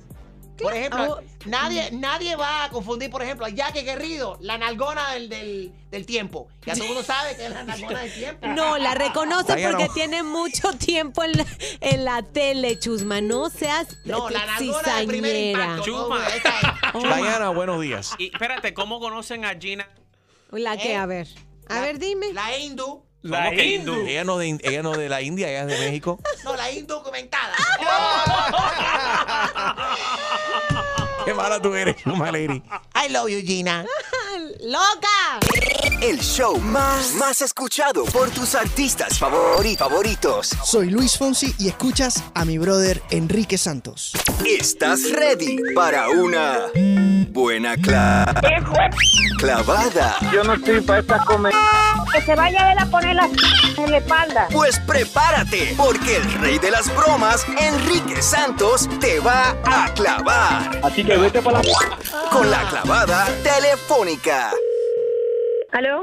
[SPEAKER 3] Por
[SPEAKER 13] Ah,
[SPEAKER 3] ejemplo, nadie,
[SPEAKER 13] mm.
[SPEAKER 3] nadie va a confundir, por ejemplo, a Jackie Guerrido, la nalgona del, del, del tiempo. Ya todo el mundo sabe que es la nalgona del tiempo.
[SPEAKER 4] No, la reconocen
[SPEAKER 3] Diana.
[SPEAKER 4] porque tiene mucho tiempo en la, en la tele, Chusma. No seas
[SPEAKER 3] No, la nalgona del primer
[SPEAKER 4] cizañera.
[SPEAKER 3] impacto.
[SPEAKER 5] Chuma.
[SPEAKER 4] Oh,
[SPEAKER 2] Diana, buenos días.
[SPEAKER 5] Y espérate, ¿cómo conocen a Gina?
[SPEAKER 4] La que, a ver. A ver, dime.
[SPEAKER 3] ¿Eh? La hindú.
[SPEAKER 2] ¿Cómo que
[SPEAKER 5] hindú?
[SPEAKER 2] Ella no, de, ella no de la India, ella es de México.
[SPEAKER 3] No, la indocumentada.
[SPEAKER 2] Qué mala tú eres, Chuma Lady.
[SPEAKER 3] I love you, Gina.
[SPEAKER 4] ¡Loca!
[SPEAKER 10] El show más, más escuchado por tus artistas favori- favoritos.
[SPEAKER 20] Soy Luis Fonsi y escuchas a mi brother Enrique Santos.
[SPEAKER 10] ¿Estás ready para una buena cla- clavada? Yo no estoy para esta comedia.
[SPEAKER 21] Que se vaya él a poner la en la espalda.
[SPEAKER 10] Pues prepárate, porque el rey de las bromas, Enrique Santos, te va a clavar. Así que vete para la... Con la clavada telefónica.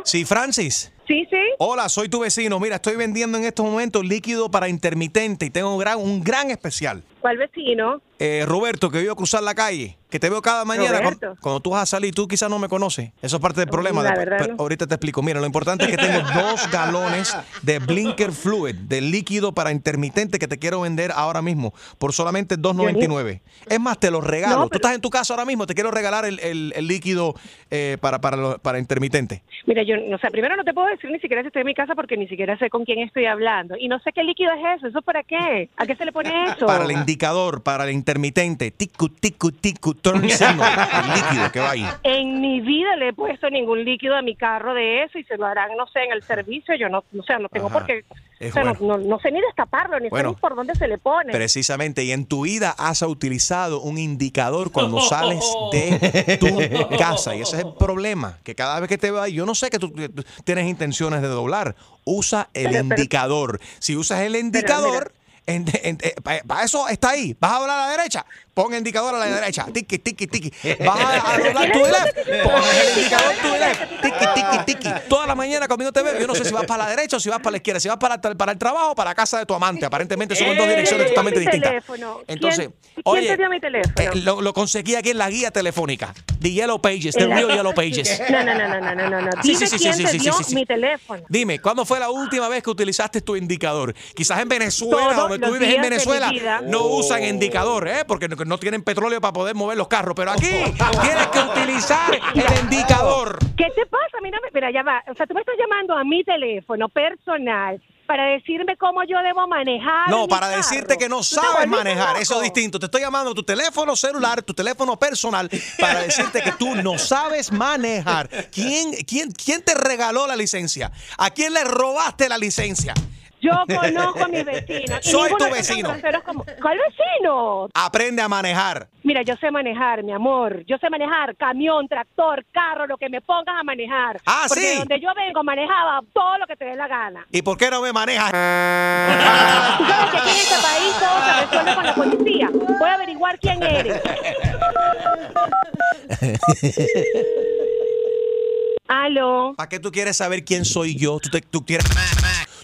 [SPEAKER 2] Sí, Francis.
[SPEAKER 21] Sí, sí.
[SPEAKER 2] Hola, soy tu vecino. Mira, estoy vendiendo en estos momentos líquido para intermitente y tengo un gran, un gran especial.
[SPEAKER 21] ¿Cuál vecino?
[SPEAKER 2] Eh, Roberto, que vivo a cruzar la calle, que te veo cada mañana cuan-
[SPEAKER 21] Roberto.
[SPEAKER 2] cuando, tú vas a salir, tú quizás no me conoces. Eso es parte del problema.
[SPEAKER 21] la
[SPEAKER 2] después-
[SPEAKER 21] verdad,
[SPEAKER 2] pero
[SPEAKER 21] no.
[SPEAKER 2] Ahorita te explico. Mira, lo importante es que tengo dos galones de Blinker Fluid, de líquido para intermitente que te quiero vender ahora mismo por solamente $2.99. Es más, te los regalo.
[SPEAKER 21] No,
[SPEAKER 2] Tú estás en tu casa ahora mismo, te quiero regalar el, el- el líquido eh, para, para, lo- para intermitente.
[SPEAKER 21] Mira, yo, o sea, primero no te puedo decir ni siquiera si estoy en mi casa porque ni siquiera sé con quién estoy hablando. Y no sé qué líquido es eso. ¿Eso para qué? ¿A qué se le pone eso?
[SPEAKER 2] Para el indicador, para el intermitente. Ticu, ticu, ticu, turn signal. El líquido que va ahí.
[SPEAKER 21] En mi vida le he puesto ningún líquido a mi carro de eso y se lo harán, no sé, en el servicio. Yo no, o sea, no tengo
[SPEAKER 2] Ajá.
[SPEAKER 21] por qué.
[SPEAKER 2] Es
[SPEAKER 21] o sea, no-
[SPEAKER 2] bueno.
[SPEAKER 21] no, no sé ni destaparlo, ni
[SPEAKER 2] Bueno.
[SPEAKER 21] sé ni por dónde se le pone.
[SPEAKER 2] Precisamente, y en tu vida has utilizado un indicador cuando sales de tu casa. Y ese es el problema, que cada vez que te vas, yo no sé que tú que tú tienes intenciones de doblar, usa
[SPEAKER 21] Pero,
[SPEAKER 2] el
[SPEAKER 21] pero-
[SPEAKER 2] indicador. si usas el indicador, para eso está ahí. Vas a doblar a la derecha, pon el indicador a la derecha. Tiki, tiki, tiki. Vas
[SPEAKER 19] Ah,
[SPEAKER 2] a, a doblar tu left, pon el indicador tu left. Tiki, tiki, tiki. Toda la mañana cuando yo te veo, yo no sé si vas para la derecha o si vas para la izquierda, si vas para, para el trabajo o para la casa de tu amante. Aparentemente son dos
[SPEAKER 21] ¿Quién
[SPEAKER 2] direcciones
[SPEAKER 21] te dio
[SPEAKER 2] totalmente
[SPEAKER 21] mi
[SPEAKER 2] distintas.
[SPEAKER 21] teléfono? ¿Quién-
[SPEAKER 2] Entonces,
[SPEAKER 21] ¿quién,
[SPEAKER 2] oye,
[SPEAKER 21] te dio mi teléfono?
[SPEAKER 2] eh, lo, lo conseguí aquí en la guía telefónica. The Yellow Pages, The
[SPEAKER 21] En la-
[SPEAKER 2] Real Yellow Pages.
[SPEAKER 21] No, no, no, no, no, no, no, no.
[SPEAKER 2] Sí,
[SPEAKER 21] Dime
[SPEAKER 2] sí, sí, sí,
[SPEAKER 21] quién
[SPEAKER 2] sí,
[SPEAKER 21] te
[SPEAKER 2] sí, sí,
[SPEAKER 21] dio
[SPEAKER 2] sí, sí.
[SPEAKER 21] mi teléfono.
[SPEAKER 2] Dime, ¿cuándo fue la última vez que utilizaste tu indicador? Quizás en Venezuela,
[SPEAKER 21] Todos
[SPEAKER 2] donde tú
[SPEAKER 21] los
[SPEAKER 2] vives
[SPEAKER 21] días
[SPEAKER 2] en
[SPEAKER 21] de mi
[SPEAKER 2] Venezuela,
[SPEAKER 21] vida.
[SPEAKER 2] no usan indicador, ¿eh? Porque no, no tienen petróleo para poder mover los carros. Pero aquí tienes que utilizar el indicador.
[SPEAKER 21] ¿Qué te pasa? Mira, mira, ya va. O sea, tú me estás llamando a mi teléfono personal para decirme cómo yo debo manejar.
[SPEAKER 2] No,
[SPEAKER 21] mi
[SPEAKER 2] para
[SPEAKER 21] carro.
[SPEAKER 2] decirte que no sabes manejar, eso es distinto. Te estoy llamando a tu teléfono celular, tu teléfono personal, para decirte que tú no sabes manejar. ¿Quién, quién, quién te regaló la licencia? ¿A quién le robaste la licencia?
[SPEAKER 21] Yo conozco a mis vecinos. y
[SPEAKER 2] Soy
[SPEAKER 21] ninguno
[SPEAKER 2] tu
[SPEAKER 21] de esos
[SPEAKER 2] vecino.
[SPEAKER 21] groseros como- ¿Cuál vecino?
[SPEAKER 2] Aprende a manejar.
[SPEAKER 21] Mira, yo sé manejar, mi amor. Yo sé manejar camión, tractor, carro, lo que me pongas a manejar.
[SPEAKER 2] Ah,
[SPEAKER 21] Porque
[SPEAKER 2] sí.
[SPEAKER 21] donde yo vengo manejaba todo lo que te dé la gana.
[SPEAKER 2] ¿Y por qué no me manejas?
[SPEAKER 21] Tú sabes que aquí en este país todo se resuelve con la policía. Voy a averiguar quién eres. Aló.
[SPEAKER 2] ¿Para qué tú quieres saber quién soy yo? Tú, te- tú quieres...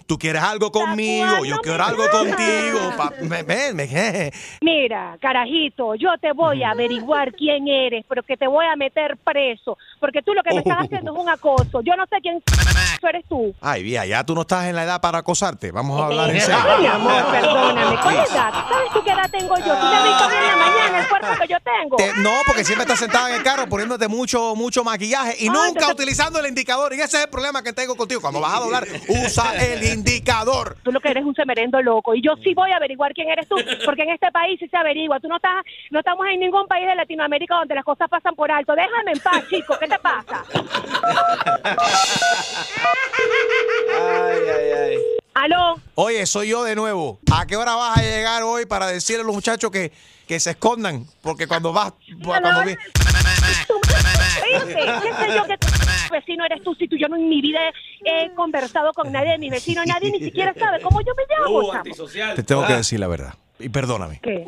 [SPEAKER 2] Tú quieres algo conmigo, yo quiero algo contigo. pa- me- me- me-
[SPEAKER 21] Mira, carajito, yo te voy a averiguar quién eres, pero que te voy a meter preso, porque tú lo que me estás haciendo es un acoso. Yo no sé quién eres tú.
[SPEAKER 2] Ay, vía, ya tú no estás en la edad para acosarte. Vamos a hablar en serio.
[SPEAKER 21] Ay, mi amor, perdóname.
[SPEAKER 2] Ah.
[SPEAKER 21] ¿Cuál edad? ¿Sabes tú qué edad tengo yo? ¿Tú me viste en la mañana el cuerpo que yo tengo?
[SPEAKER 2] Te- no, porque siempre estás sentada en el carro poniéndote mucho, mucho maquillaje y
[SPEAKER 21] Ah,
[SPEAKER 2] nunca
[SPEAKER 21] entonces-
[SPEAKER 2] utilizando el indicador. Y ese es el problema que tengo contigo. Cuando vas a doblar, usa el indicador.
[SPEAKER 21] Tú lo que eres es un semerendo loco y yo sí voy a averiguar quién eres tú, porque en este país sí se averigua. Tú no estás, no estamos en ningún país de Latinoamérica donde las cosas pasan por alto. Déjame en paz, chico. ¿Qué te pasa?
[SPEAKER 7] Ay, ay, ay.
[SPEAKER 21] Aló.
[SPEAKER 2] Oye, soy yo de nuevo. ¿A qué hora vas a llegar hoy para decirle a los muchachos que, que se escondan? Porque cuando vas... Cuando vi-
[SPEAKER 21] Oíste, ¿Qué sé yo qué vecino eres tú si tú yo no en mi vida he conversado con nadie de mis vecinos? Nadie ni siquiera sabe cómo yo me llamo. chamo.
[SPEAKER 2] Te tengo que decir la verdad. Y perdóname.
[SPEAKER 21] ¿Qué?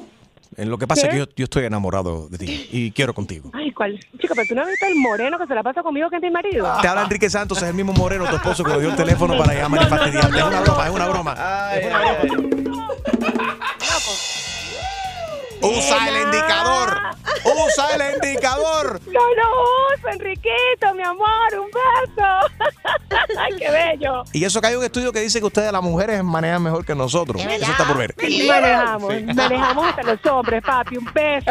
[SPEAKER 2] Eh, Lo que pasa es
[SPEAKER 21] ¿Qué?
[SPEAKER 2] que yo, yo estoy enamorado de ti y quiero contigo.
[SPEAKER 21] Ay, ¿cuál? Chico, pero tú no has visto el moreno que se la pasa conmigo que es mi marido.
[SPEAKER 2] Te habla Enrique Santos, es el mismo moreno, tu esposo, que le dio el teléfono para llamarme
[SPEAKER 21] No, no,
[SPEAKER 2] para fastidiarte.
[SPEAKER 21] no,
[SPEAKER 2] es una
[SPEAKER 21] no,
[SPEAKER 2] broma,
[SPEAKER 21] no.
[SPEAKER 2] es una broma. Usa el indicador. Usa el indicador.
[SPEAKER 21] No lo uso, Enriquito, mi amor, un beso. Ay, qué bello.
[SPEAKER 2] Y eso que hay un estudio que dice que ustedes las mujeres manejan mejor que nosotros. Eso está por ver.
[SPEAKER 21] Manejamos, manejamos hasta los hombres, papi, un beso.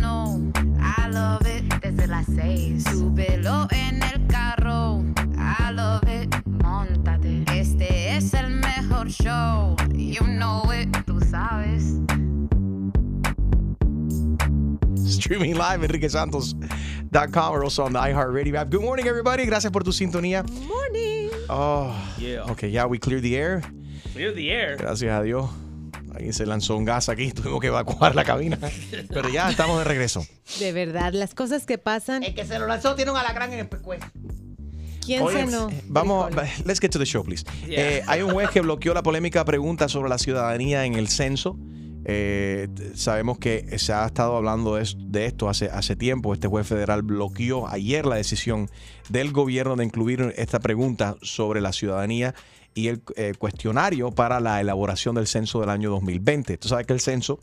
[SPEAKER 1] I love it. Desde las seis, súbelo en el carro, I love it. Móntate, este es el mejor show, you know it, tú sabes.
[SPEAKER 2] Streaming live, Enrique Santos. iHeartRadio.com or also on the iHeartRadio app. Good morning, everybody. Gracias por tu sintonía.
[SPEAKER 4] Morning.
[SPEAKER 2] Oh,
[SPEAKER 6] Yeah.
[SPEAKER 2] okay, yeah, we cleared the air.
[SPEAKER 6] Clear the air.
[SPEAKER 2] Gracias a Dios. Alguien se lanzó un gas aquí, tuvimos que evacuar la cabina. Pero ya estamos de regreso.
[SPEAKER 4] De verdad, las cosas que pasan.
[SPEAKER 3] El que se lo lanzó tiene un alacrán en el pescuezo.
[SPEAKER 4] ¿Quién
[SPEAKER 2] Oye,
[SPEAKER 4] se no?
[SPEAKER 2] Vamos, let's get to the show, please.
[SPEAKER 4] Yeah.
[SPEAKER 2] Eh, hay un juez que bloqueó la polémica pregunta sobre la ciudadanía en el censo. Eh, t- sabemos que se ha estado hablando de, es- de esto hace, hace tiempo. Este juez federal bloqueó ayer la decisión del gobierno de incluir esta pregunta sobre la ciudadanía y el eh, cuestionario para la elaboración del censo del año 2020. Tú sabes que el censo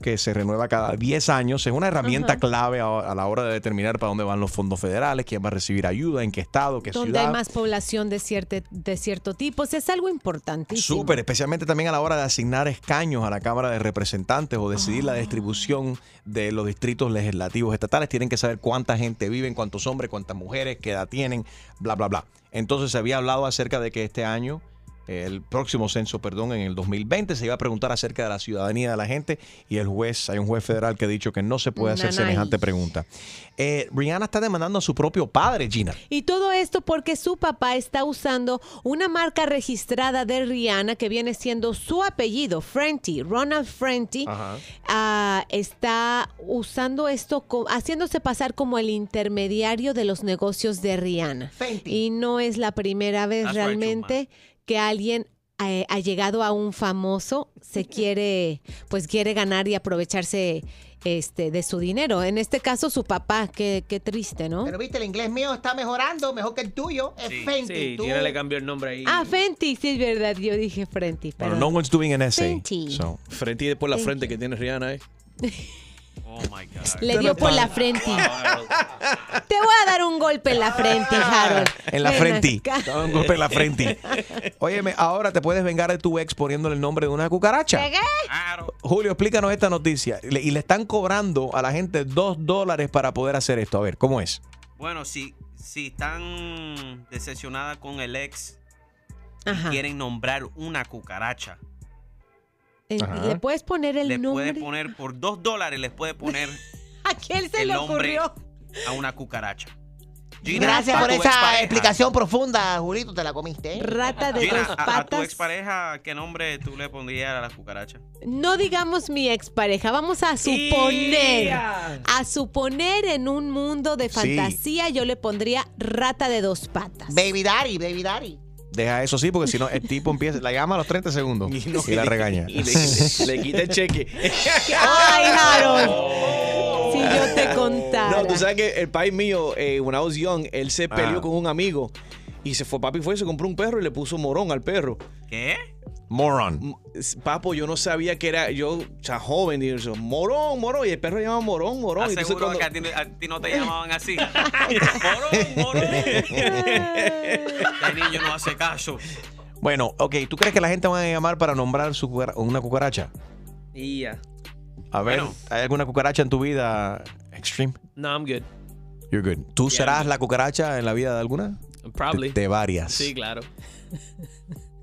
[SPEAKER 2] que se renueva cada 10 años, es una herramienta clave a, a la hora de determinar para dónde van los fondos federales, quién va a recibir ayuda, en qué estado, qué
[SPEAKER 4] Donde
[SPEAKER 2] ciudad.
[SPEAKER 4] hay más población de cierto, de cierto tipo. O sea, es algo importantísimo.
[SPEAKER 2] Súper, especialmente también a la hora de asignar escaños a la Cámara de Representantes o decidir
[SPEAKER 4] Ah.
[SPEAKER 2] la distribución de los distritos legislativos estatales. Tienen que saber cuánta gente vive, cuántos hombres, cuántas mujeres, qué edad tienen, bla, bla, bla. Entonces se había hablado acerca de que este año, eh, el próximo censo, perdón, en el 2020, se iba a preguntar acerca de la ciudadanía de la gente y el juez, hay un juez federal que ha dicho que no se puede hacer
[SPEAKER 4] Nanay.
[SPEAKER 2] semejante pregunta. Eh, Rihanna está demandando a su propio padre, Gina.
[SPEAKER 4] Y todo esto porque su papá está usando una marca registrada de Rihanna que viene siendo su apellido, Fenty, Ronald Fenty.
[SPEAKER 2] Ajá.
[SPEAKER 4] ah, está usando esto, co- haciéndose pasar como el intermediario de los negocios de Rihanna. Y no es la primera vez
[SPEAKER 9] That's right,
[SPEAKER 4] realmente que alguien eh, ha llegado a un famoso, se quiere, pues quiere ganar y aprovecharse este, de su dinero. En este caso, su papá, qué, qué triste, ¿no?
[SPEAKER 3] Pero viste, el inglés mío está mejorando, mejor que el tuyo. Es Fenty.
[SPEAKER 6] Sí,
[SPEAKER 3] tú-
[SPEAKER 6] Gina le cambió el nombre ahí.
[SPEAKER 4] Ah, Fenty, sí, es verdad. Yo dije Fenty.
[SPEAKER 2] Bueno,
[SPEAKER 4] perdón.
[SPEAKER 2] no one's doing an essay.
[SPEAKER 4] Fenty.
[SPEAKER 2] so.
[SPEAKER 7] Frente y después la frente que tiene Rihanna, ¿eh?
[SPEAKER 5] Oh my God.
[SPEAKER 4] Le dio por la frente. Te voy a dar un golpe en la frente, Harold.
[SPEAKER 2] En la
[SPEAKER 4] Ven
[SPEAKER 2] frente.
[SPEAKER 4] acá.
[SPEAKER 2] Dame un golpe en la frente. Óyeme, ahora te puedes vengar de tu ex poniéndole el nombre de una cucaracha.
[SPEAKER 4] ¿De qué?
[SPEAKER 2] Julio, explícanos esta noticia. Le- y le están cobrando a la gente dos dólares para poder hacer esto. A ver, ¿cómo es?
[SPEAKER 5] Bueno, si, si están decepcionadas con el ex y
[SPEAKER 4] Ajá.
[SPEAKER 5] quieren nombrar una cucaracha,
[SPEAKER 4] En-
[SPEAKER 5] Ajá.
[SPEAKER 4] Eh, ¿Le puedes poner el
[SPEAKER 5] les
[SPEAKER 4] nombre?
[SPEAKER 5] puede poner, por dos dólares les puede poner
[SPEAKER 4] ¿A quién se
[SPEAKER 5] el
[SPEAKER 4] le
[SPEAKER 5] nombre
[SPEAKER 4] ocurrió?
[SPEAKER 5] a una cucaracha. Gina,
[SPEAKER 3] Gracias
[SPEAKER 5] a
[SPEAKER 3] por
[SPEAKER 5] tu
[SPEAKER 3] esa
[SPEAKER 5] expareja-
[SPEAKER 3] explicación profunda, Julito, te la comiste. ¿eh?
[SPEAKER 4] Rata
[SPEAKER 5] Gina, a- A, tu expareja, ¿qué nombre tú le pondrías a la cucaracha?
[SPEAKER 4] No digamos mi expareja, vamos a suponer. A suponer en un mundo de fantasía, yo le pondría rata de dos patas.
[SPEAKER 3] Baby Daddy, Baby Daddy.
[SPEAKER 2] Deja eso así, porque si no, el tipo empieza, la llama a los 30 segundos y, la regaña.
[SPEAKER 7] Y le, quita- le quita el cheque.
[SPEAKER 4] Ay, Harold. Si yo te contara.
[SPEAKER 7] No, tú sabes que el país mío, eh, when I was young, él se
[SPEAKER 2] Ah.
[SPEAKER 7] peleó con un amigo y se fue, papi fue, se compró un perro y le puso morón al perro.
[SPEAKER 5] ¿Qué?
[SPEAKER 2] Moron.
[SPEAKER 7] Papo, yo no sabía que era, yo, o sea, joven, y yo, morón, morón, y el perro llamaba morón, morón. Y entonces
[SPEAKER 5] Seguro
[SPEAKER 7] cuando-
[SPEAKER 5] que a ti, a ti no te llamaban así. Este niño no hace caso.
[SPEAKER 2] Bueno, ok, ¿tú crees que la gente va a llamar para nombrar su cucara- una cucaracha?
[SPEAKER 6] Y ya.
[SPEAKER 2] A ver, ¿hay alguna cucaracha en tu vida, Extreme?
[SPEAKER 6] No, I'm good.
[SPEAKER 2] You're good. ¿Tú serás la cucaracha en la vida de alguna?
[SPEAKER 6] Probably.
[SPEAKER 2] De, de varias.
[SPEAKER 6] Sí, claro.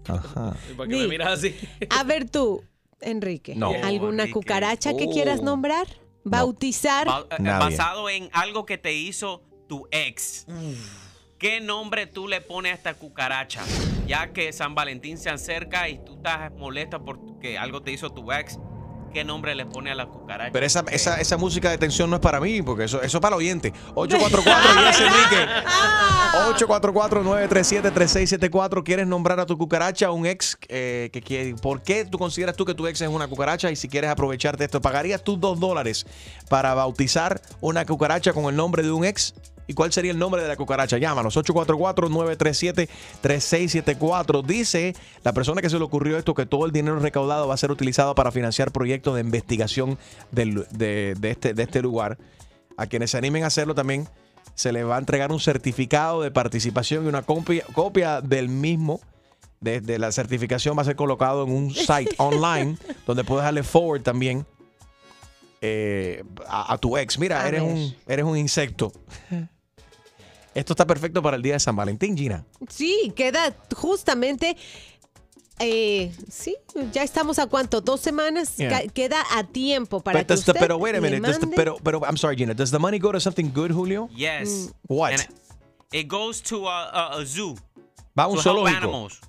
[SPEAKER 2] Ajá.
[SPEAKER 6] Porque me
[SPEAKER 4] Di.
[SPEAKER 6] miras así.
[SPEAKER 4] A ver tú, Enrique,
[SPEAKER 2] No.
[SPEAKER 4] ¿alguna
[SPEAKER 2] Enrique.
[SPEAKER 4] cucaracha que
[SPEAKER 2] Oh.
[SPEAKER 4] quieras nombrar? Bautizar.
[SPEAKER 5] Ba- eh,
[SPEAKER 2] Nadie.
[SPEAKER 5] basado en algo que te hizo tu ex. ¿Qué nombre tú le pones a esta cucaracha? Ya que San Valentín se acerca y tú estás molesta porque algo te hizo tu ex, ¿qué nombre le pones a la cucaracha?
[SPEAKER 2] Pero esa, esa, esa música de tensión no es para mí, porque eso, eso es para el oyente. 844 Yes Enrique. 844-937-3674. ¿Quieres nombrar a tu cucaracha a un ex? eh, que, quiere- ¿Por qué tú consideras tú que tu ex es una cucaracha? Y si quieres aprovecharte de esto, ¿pagarías tus dos dólares para bautizar una cucaracha con el nombre de un ex? ¿Y cuál sería el nombre de la cucaracha? Llámanos 844-937-3674. Dice la persona que se le ocurrió esto que todo el dinero recaudado va a ser utilizado para financiar proyectos de investigación del- de, de este, de este lugar. A quienes se animen a hacerlo también, se les va a entregar un certificado de participación y una copia, copia del mismo. De, de la certificación va a ser colocado en un site online donde puedes darle forward también eh, a, a tu ex. Mira,
[SPEAKER 10] A
[SPEAKER 2] eres
[SPEAKER 10] ver.
[SPEAKER 2] un, eres un insecto. Esto está perfecto para el día de San Valentín, Gina.
[SPEAKER 4] Sí, queda justamente eh, sí, ya estamos a cuánto, dos semanas,
[SPEAKER 2] Yeah.
[SPEAKER 4] Ca- queda a tiempo para
[SPEAKER 2] but
[SPEAKER 4] que
[SPEAKER 2] does the,
[SPEAKER 4] usted
[SPEAKER 2] pero wait a
[SPEAKER 4] le
[SPEAKER 2] minute. Does the,
[SPEAKER 4] mande-
[SPEAKER 2] pero, pero I'm sorry, Gina. Does the money go to something good, Julio? Mm.
[SPEAKER 5] Yes.
[SPEAKER 2] What?
[SPEAKER 5] And it goes to a, a, a zoo.
[SPEAKER 2] Va a un
[SPEAKER 5] to help
[SPEAKER 2] zoológico.
[SPEAKER 5] animals.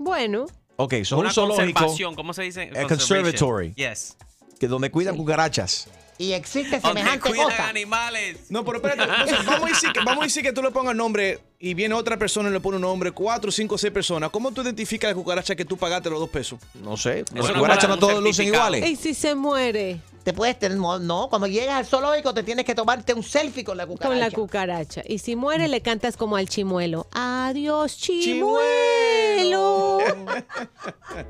[SPEAKER 4] Bueno,
[SPEAKER 2] Ok, so
[SPEAKER 5] Una
[SPEAKER 2] un zoológico.
[SPEAKER 5] conservación, ¿cómo se dice?
[SPEAKER 2] A conservatory.
[SPEAKER 5] Yes.
[SPEAKER 2] Que donde cuidan cucarachas.
[SPEAKER 3] Y existe
[SPEAKER 5] Donde
[SPEAKER 3] semejante
[SPEAKER 5] cuidan
[SPEAKER 3] cosa.
[SPEAKER 5] animales.
[SPEAKER 7] No, pero espérate. entonces, vamos, a decir que, vamos a decir que tú le pongas nombre y viene otra persona y le pone un nombre, cuatro, cinco, seis personas. ¿Cómo tú identificas la cucaracha que tú pagaste los dos pesos?
[SPEAKER 2] No sé.
[SPEAKER 7] Las
[SPEAKER 2] no
[SPEAKER 7] cucarachas
[SPEAKER 2] no todas lucen iguales.
[SPEAKER 4] ¿Y si se muere?
[SPEAKER 3] Te puedes tener, no, no, cuando llegas al zoológico te tienes que tomarte un selfie con la cucaracha.
[SPEAKER 4] Con la cucaracha. Y si muere, le cantas como al chimuelo. Adiós, chimuelo.
[SPEAKER 2] Chimuelo.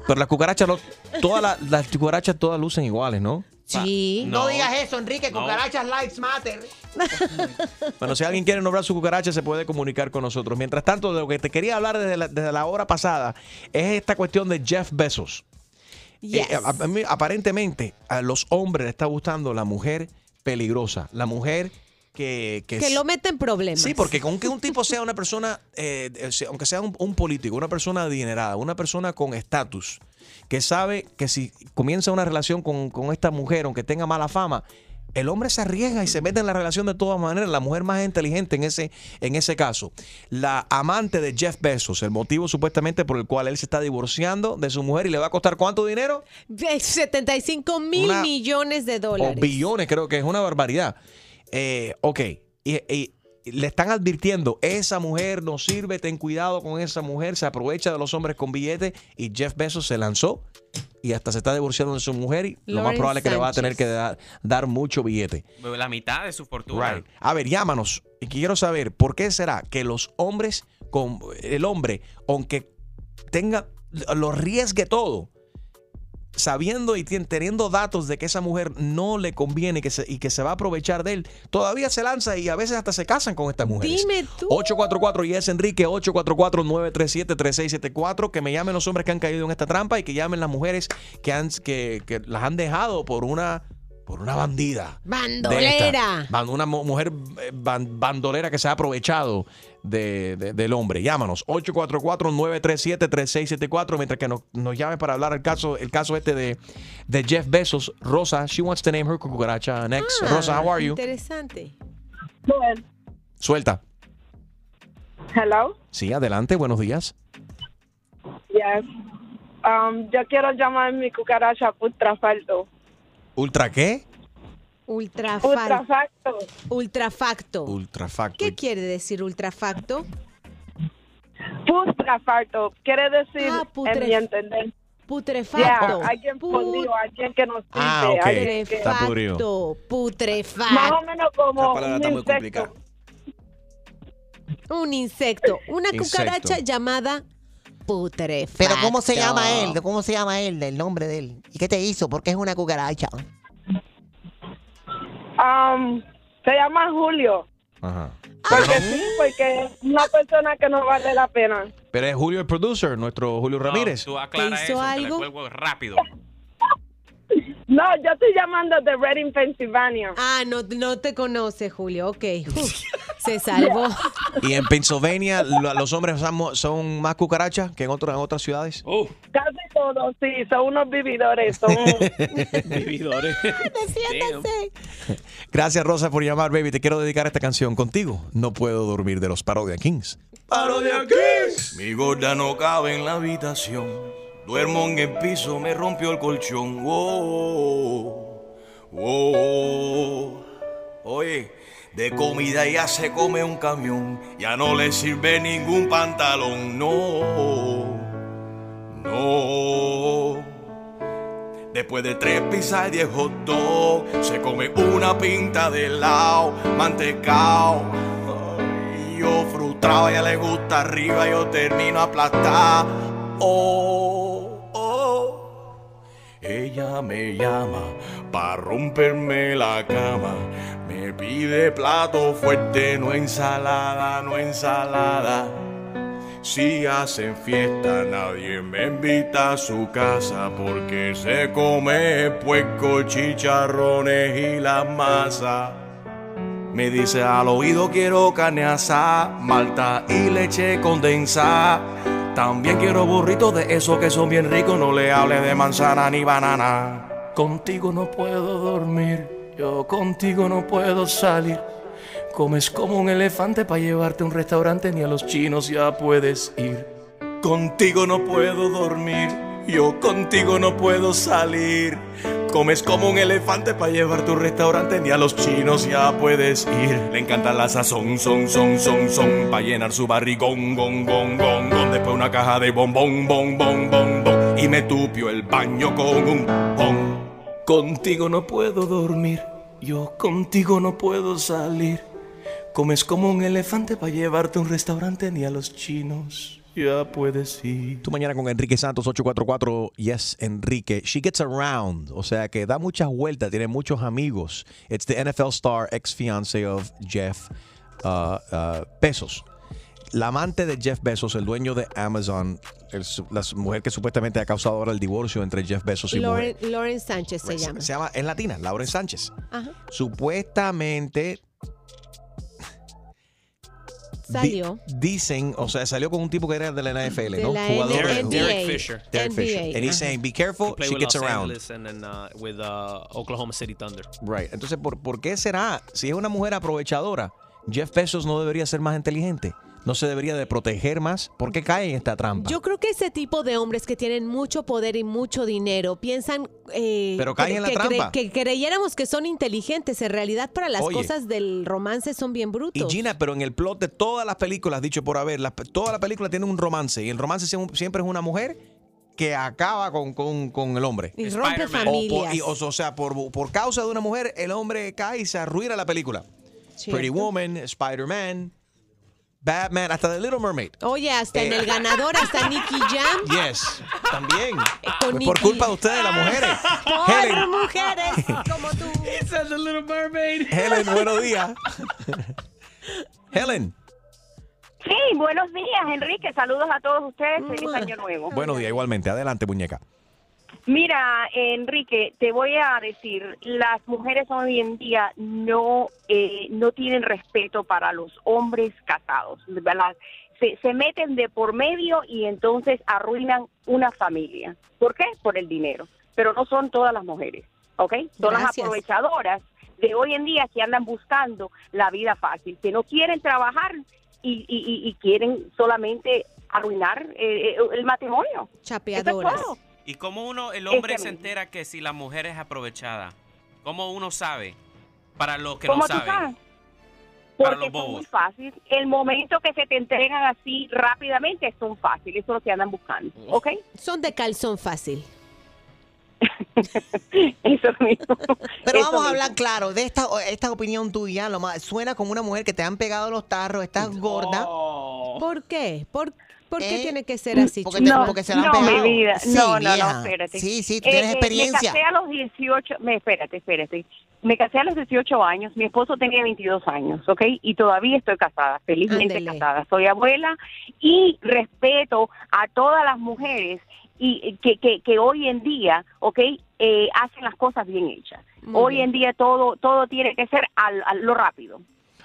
[SPEAKER 2] Pero las cucarachas, no- todas las, las cucarachas todas lucen iguales, ¿no?
[SPEAKER 4] Sí.
[SPEAKER 3] No, digas eso, Enrique,
[SPEAKER 2] No.
[SPEAKER 3] cucarachas lives matter.
[SPEAKER 2] Bueno, si alguien quiere nombrar su cucaracha, se puede comunicar con nosotros. Mientras tanto, de lo que te quería hablar desde la, desde la hora pasada es esta cuestión de Jeff Bezos. Eh,
[SPEAKER 4] Yes.
[SPEAKER 2] a- a mí, aparentemente, a los hombres les está gustando la mujer peligrosa, la mujer que... que
[SPEAKER 4] Que
[SPEAKER 2] es-
[SPEAKER 4] lo mete en problemas.
[SPEAKER 2] Sí, porque con que un tipo sea una persona, eh, eh, sea- aunque sea un, un político, una persona adinerada, una persona con estatus, que sabe que si comienza una relación con, con esta mujer, aunque tenga mala fama, el hombre se arriesga y se mete en la relación de todas maneras. La mujer más inteligente en ese, en ese caso. La amante de Jeff Bezos, el motivo supuestamente por el cual él se está divorciando de su mujer y le va a costar cuánto dinero?
[SPEAKER 4] De 75 mil
[SPEAKER 2] Una-
[SPEAKER 4] millones de
[SPEAKER 2] o
[SPEAKER 4] dólares.
[SPEAKER 2] billones, creo que es una barbaridad. Eh, ok, y, y le están advirtiendo, esa mujer no sirve, ten cuidado con esa mujer, se aprovecha de los hombres con billetes y Jeff Bezos se lanzó y hasta se está divorciando de su mujer y lo más
[SPEAKER 5] Lauren
[SPEAKER 2] probable es que le va a tener
[SPEAKER 5] Sánchez.
[SPEAKER 2] que dar, dar mucho billete.
[SPEAKER 5] La mitad de su fortuna.
[SPEAKER 2] Right. A ver, llámanos. Y quiero saber, ¿por qué será que los hombres, con el hombre, aunque tenga, lo riesgue todo, sabiendo y tien- teniendo datos de que esa mujer no le conviene que se- y que se va a aprovechar de él, todavía se lanza y a veces hasta se casan con estas mujeres?
[SPEAKER 4] Dime tú.
[SPEAKER 2] 844 y es Enrique 844-937-3674 que me llamen los hombres que han caído en esta trampa y que llamen las mujeres que, han, que, que las han dejado por una, por una bandida de esta.
[SPEAKER 4] Bandolera.
[SPEAKER 2] Ban- Una mu- mujer eh, ban- bandolera que se ha aprovechado de- eh, de- del hombre. Llámanos 844-937-3674 mientras que nos, nos llames para hablar el caso, el caso este de, de Jeff Bezos. Rosa, she wants to name her cucaracha next.
[SPEAKER 4] Ah,
[SPEAKER 2] Rosa, how are you?
[SPEAKER 4] Interesante.
[SPEAKER 2] Suelta.
[SPEAKER 9] Hello.
[SPEAKER 2] Sí, adelante, buenos días.
[SPEAKER 9] Yes. Um, yo quiero llamar mi cucaracha ultrafalto.
[SPEAKER 2] ¿Ultra qué?
[SPEAKER 4] Ultrafal-
[SPEAKER 9] Ultrafalto.
[SPEAKER 4] Ultrafacto.
[SPEAKER 2] Ultrafacto.
[SPEAKER 4] ¿Qué quiere decir ultrafacto?
[SPEAKER 9] Putrafalto. Quiere decir,
[SPEAKER 4] Ah, putre-
[SPEAKER 9] en mi entender.
[SPEAKER 4] Putrefacto.
[SPEAKER 9] Yeah, alguien podrido, alguien que no sirve.
[SPEAKER 2] Ah, ok.
[SPEAKER 9] alguien que-
[SPEAKER 2] Está podrido.
[SPEAKER 4] Putrefacto.
[SPEAKER 9] Más o menos como un insecto.
[SPEAKER 4] Un insecto. Una
[SPEAKER 3] Insecto.
[SPEAKER 4] cucaracha llamada putrefacto.
[SPEAKER 3] Pero ¿cómo se llama él? ¿Cómo se llama él? El nombre de él. ¿Y qué te hizo? Porque es una cucaracha.
[SPEAKER 9] Um, se llama Julio.
[SPEAKER 2] Ajá.
[SPEAKER 9] Porque sí, porque es una persona que no vale la pena.
[SPEAKER 2] Pero es Julio el producer, nuestro Julio Ramírez.
[SPEAKER 5] Tú aclara
[SPEAKER 9] ¿Te hizo
[SPEAKER 5] eso, que le
[SPEAKER 9] algo?
[SPEAKER 5] cuelgo rápido.
[SPEAKER 9] No, yo estoy llamando de Reading, Pennsylvania.
[SPEAKER 4] Ah, no, no te conoce, Julio. Ok. Uf, se salvó.
[SPEAKER 2] Y en Pennsylvania, lo- los hombres son- son más cucarachas que en, otro- en otras ciudades.
[SPEAKER 9] Casi todos, sí, son unos vividores. Son...
[SPEAKER 2] Vividores.
[SPEAKER 9] Defiéndase.
[SPEAKER 2] Gracias, Rosa, por llamar, baby. Te quiero dedicar esta canción contigo. No puedo dormir de los Parodia Kings.
[SPEAKER 22] Parodia Kings. Mi gorda no cabe en la habitación. Duermo en el piso, me rompió el colchón. Oh, oh, oh, oh. Oye, de comida ya se come un camión. Ya no le sirve ningún pantalón. No, no. Después de tres pizzas y diez hot dog, se come una pinta de helado, mantecao. Ay, Yo frustrado, ya le gusta arriba, yo termino aplastado. Oh, oh. Ella me llama pa' romperme la cama. Me pide plato fuerte, no ensalada, no ensalada. Si hacen fiesta, nadie me invita a su casa porque se come puerco, chicharrones y la masa. Me dice al oído quiero carne asada, malta y leche condensada. También quiero burritos de esos que son bien ricos. No le hables de manzana ni banana. Contigo no puedo dormir. Yo contigo no puedo salir. Comes como un elefante para llevarte a un restaurante. Ni a los chinos ya puedes ir. Contigo no puedo dormir. Yo contigo no puedo salir. Comes como un elefante para llevar tu restaurante, ni a los chinos ya puedes ir. Le encanta la sazón, son, son, son, son, para llenar su barrigón, gon, gon, gon, gon. Después una caja de bombón, bon, bon, bon, bon. Y me tupio el baño con un bon. Contigo no puedo dormir, yo contigo no puedo salir. Comes como un elefante para llevarte a un restaurante, ni a los chinos ya puedes ir.
[SPEAKER 2] Tú mañana con Enrique Santos, 844 Yes Enrique. She gets around, o sea que da muchas vueltas, tiene muchos amigos. It's the NFL star, ex fiance of Jeff uh, uh, Bezos. La amante de Jeff Bezos, el dueño de Amazon, el su- la su- mujer que supuestamente ha causado ahora el divorcio entre Jeff Bezos y
[SPEAKER 4] Lauren,
[SPEAKER 2] mujer.
[SPEAKER 4] Lauren Sánchez se llama.
[SPEAKER 2] Se llama, es latina, Lauren Sánchez.
[SPEAKER 4] Ajá.
[SPEAKER 2] Supuestamente di-
[SPEAKER 4] Salió.
[SPEAKER 2] dicen, o sea, salió con un tipo que era de la NFL,
[SPEAKER 4] De
[SPEAKER 2] ¿no?
[SPEAKER 4] la
[SPEAKER 2] Jugador.
[SPEAKER 4] Derek- Derek NBA.
[SPEAKER 6] Fisher.
[SPEAKER 2] Derek Fisher. And he's saying, be careful,
[SPEAKER 6] Play
[SPEAKER 2] she
[SPEAKER 6] with
[SPEAKER 2] gets
[SPEAKER 6] Los
[SPEAKER 2] around.
[SPEAKER 6] Angeles and then, uh, with uh, Oklahoma City Thunder.
[SPEAKER 2] Right. Entonces, ¿por, por qué será? Si es una mujer aprovechadora, Jeff Bezos no debería ser más inteligente. No se debería de proteger más. ¿Por qué cae en esta trampa?
[SPEAKER 4] Yo creo que ese tipo de hombres que tienen mucho poder y mucho dinero piensan eh,
[SPEAKER 2] Pero caen
[SPEAKER 4] que,
[SPEAKER 2] en la
[SPEAKER 4] que cre-
[SPEAKER 2] trampa.
[SPEAKER 4] que creyéramos que son inteligentes. En realidad, para las
[SPEAKER 2] Oye.
[SPEAKER 4] cosas del romance son bien
[SPEAKER 2] y
[SPEAKER 4] brutos.
[SPEAKER 2] Gina, pero en el plot de todas las películas, dicho por haber, las- toda la película tiene un romance y el romance siem- siempre es una mujer que acaba con, con- con el hombre.
[SPEAKER 4] Y rompe
[SPEAKER 2] O por-
[SPEAKER 4] familias.
[SPEAKER 2] y- o, o sea, por, por causa de una mujer, el hombre cae y se arruina la película. Pretty Woman, Spider-Man, Batman, hasta The Little Mermaid.
[SPEAKER 4] Oye, hasta en
[SPEAKER 2] Eh.
[SPEAKER 4] el ganador, hasta Nicky Jam.
[SPEAKER 2] Yes, también.
[SPEAKER 4] Con Ah.
[SPEAKER 2] Pues por
[SPEAKER 4] Nicki.
[SPEAKER 2] culpa de ustedes, las mujeres.
[SPEAKER 4] Por
[SPEAKER 2] Helen,
[SPEAKER 4] mujeres como tú.
[SPEAKER 6] Little Mermaid.
[SPEAKER 2] Helen, buenos días. Helen,
[SPEAKER 13] Sí, buenos días, Enrique. Saludos a todos ustedes. Feliz año nuevo.
[SPEAKER 2] buenos días igualmente. Adelante, muñeca.
[SPEAKER 13] Mira, Enrique, te voy a decir, las mujeres hoy en día no eh, no tienen respeto para los hombres casados, ¿verdad? Se, se meten de por medio y entonces arruinan una familia. ¿Por qué? Por el dinero. Pero no son todas las mujeres, ¿ok? Son las
[SPEAKER 23] Gracias.
[SPEAKER 13] aprovechadoras de hoy en día que andan buscando la vida fácil, que no quieren trabajar y, y- y- y quieren solamente arruinar eh, eh, el matrimonio. Eso es todo.
[SPEAKER 5] ¿Y cómo uno, el hombre
[SPEAKER 13] Este
[SPEAKER 5] se
[SPEAKER 13] mismo.
[SPEAKER 5] entera que si la mujer es aprovechada? ¿Cómo uno sabe? Para los que
[SPEAKER 13] ¿Cómo
[SPEAKER 5] no
[SPEAKER 13] tú
[SPEAKER 5] saben.
[SPEAKER 13] sabes?
[SPEAKER 5] Para los
[SPEAKER 13] Son muy
[SPEAKER 5] bobos.
[SPEAKER 13] fácil. El momento que se te entregan así rápidamente son fáciles. Eso es lo que andan buscando. ¿Ok?
[SPEAKER 4] Son de calzón fácil.
[SPEAKER 3] Pero
[SPEAKER 4] Eso
[SPEAKER 3] vamos a
[SPEAKER 4] mismo.
[SPEAKER 3] hablar claro de esta, esta opinión tuya. Lo más, suena como una mujer que te han pegado los tarros, estás gorda.
[SPEAKER 4] ¿Por qué? ¿Por, por qué
[SPEAKER 3] Eh,
[SPEAKER 4] tiene que ser así,
[SPEAKER 3] porque
[SPEAKER 4] chica?
[SPEAKER 3] te- porque se la han
[SPEAKER 13] no,
[SPEAKER 3] pegado.
[SPEAKER 13] mi vida.
[SPEAKER 3] Sí,
[SPEAKER 13] no, no, no,
[SPEAKER 3] vieja.
[SPEAKER 13] espérate. Eh,
[SPEAKER 3] Sí, sí, tú tienes experiencia.
[SPEAKER 13] Me casé a los 18, me, espérate, espérate. Me casé a los 18 años, mi esposo tenía 22 años, ¿ok? Y todavía estoy casada, felizmente
[SPEAKER 24] Ándele.
[SPEAKER 13] casada. Soy abuela y respeto a todas las mujeres y eh, que, que, que hoy en día, ¿ok? Eh, hacen las cosas bien hechas.
[SPEAKER 4] Muy
[SPEAKER 13] hoy
[SPEAKER 4] bien.
[SPEAKER 13] en día todo todo tiene que ser al, al- lo rápido.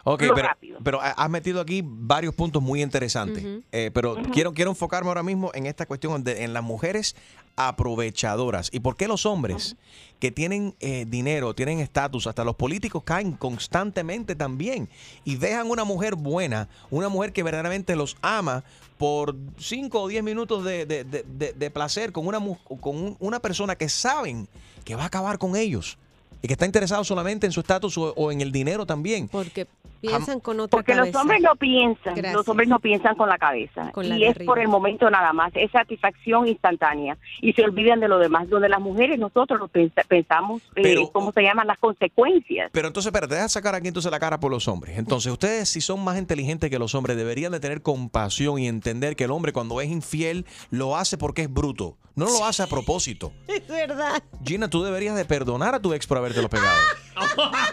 [SPEAKER 2] Ok,
[SPEAKER 13] Lo
[SPEAKER 2] pero,
[SPEAKER 13] rápido.
[SPEAKER 2] pero ha- has metido aquí varios puntos muy interesantes.
[SPEAKER 13] Ujú.
[SPEAKER 2] Eh, pero
[SPEAKER 13] Ujú.
[SPEAKER 2] quiero, quiero enfocarme ahora mismo en esta cuestión de en las mujeres aprovechadoras. ¿Y por qué los hombres que tienen eh, dinero, tienen estatus, hasta los políticos caen constantemente también y dejan una mujer buena, una mujer que verdaderamente los ama por 5 o 10 minutos de, de- de- de- de placer con, una, mu- con un- una persona que saben que va a acabar con ellos? Y que está interesado solamente en su estatus o, o en el dinero también.
[SPEAKER 4] Porque piensan con otra
[SPEAKER 13] Porque los
[SPEAKER 4] cabeza.
[SPEAKER 13] hombres no piensan,
[SPEAKER 4] Gracias.
[SPEAKER 13] los hombres no piensan con la cabeza.
[SPEAKER 4] Con la
[SPEAKER 13] y
[SPEAKER 4] de
[SPEAKER 13] es por
[SPEAKER 4] arriba.
[SPEAKER 13] el momento nada más, es satisfacción instantánea. Y se olvidan de lo demás, donde las mujeres nosotros lo pensa- pensamos, eh, ¿cómo se llaman? Las consecuencias.
[SPEAKER 2] Pero entonces, espérate, deja sacar aquí entonces la cara por los hombres. Entonces, ustedes si son más inteligentes que los hombres, deberían de tener compasión y entender que el hombre cuando es infiel lo hace porque es bruto. No lo hace a propósito.
[SPEAKER 4] Es verdad.
[SPEAKER 2] Gina, tú deberías de perdonar a tu ex por habértelo pegado.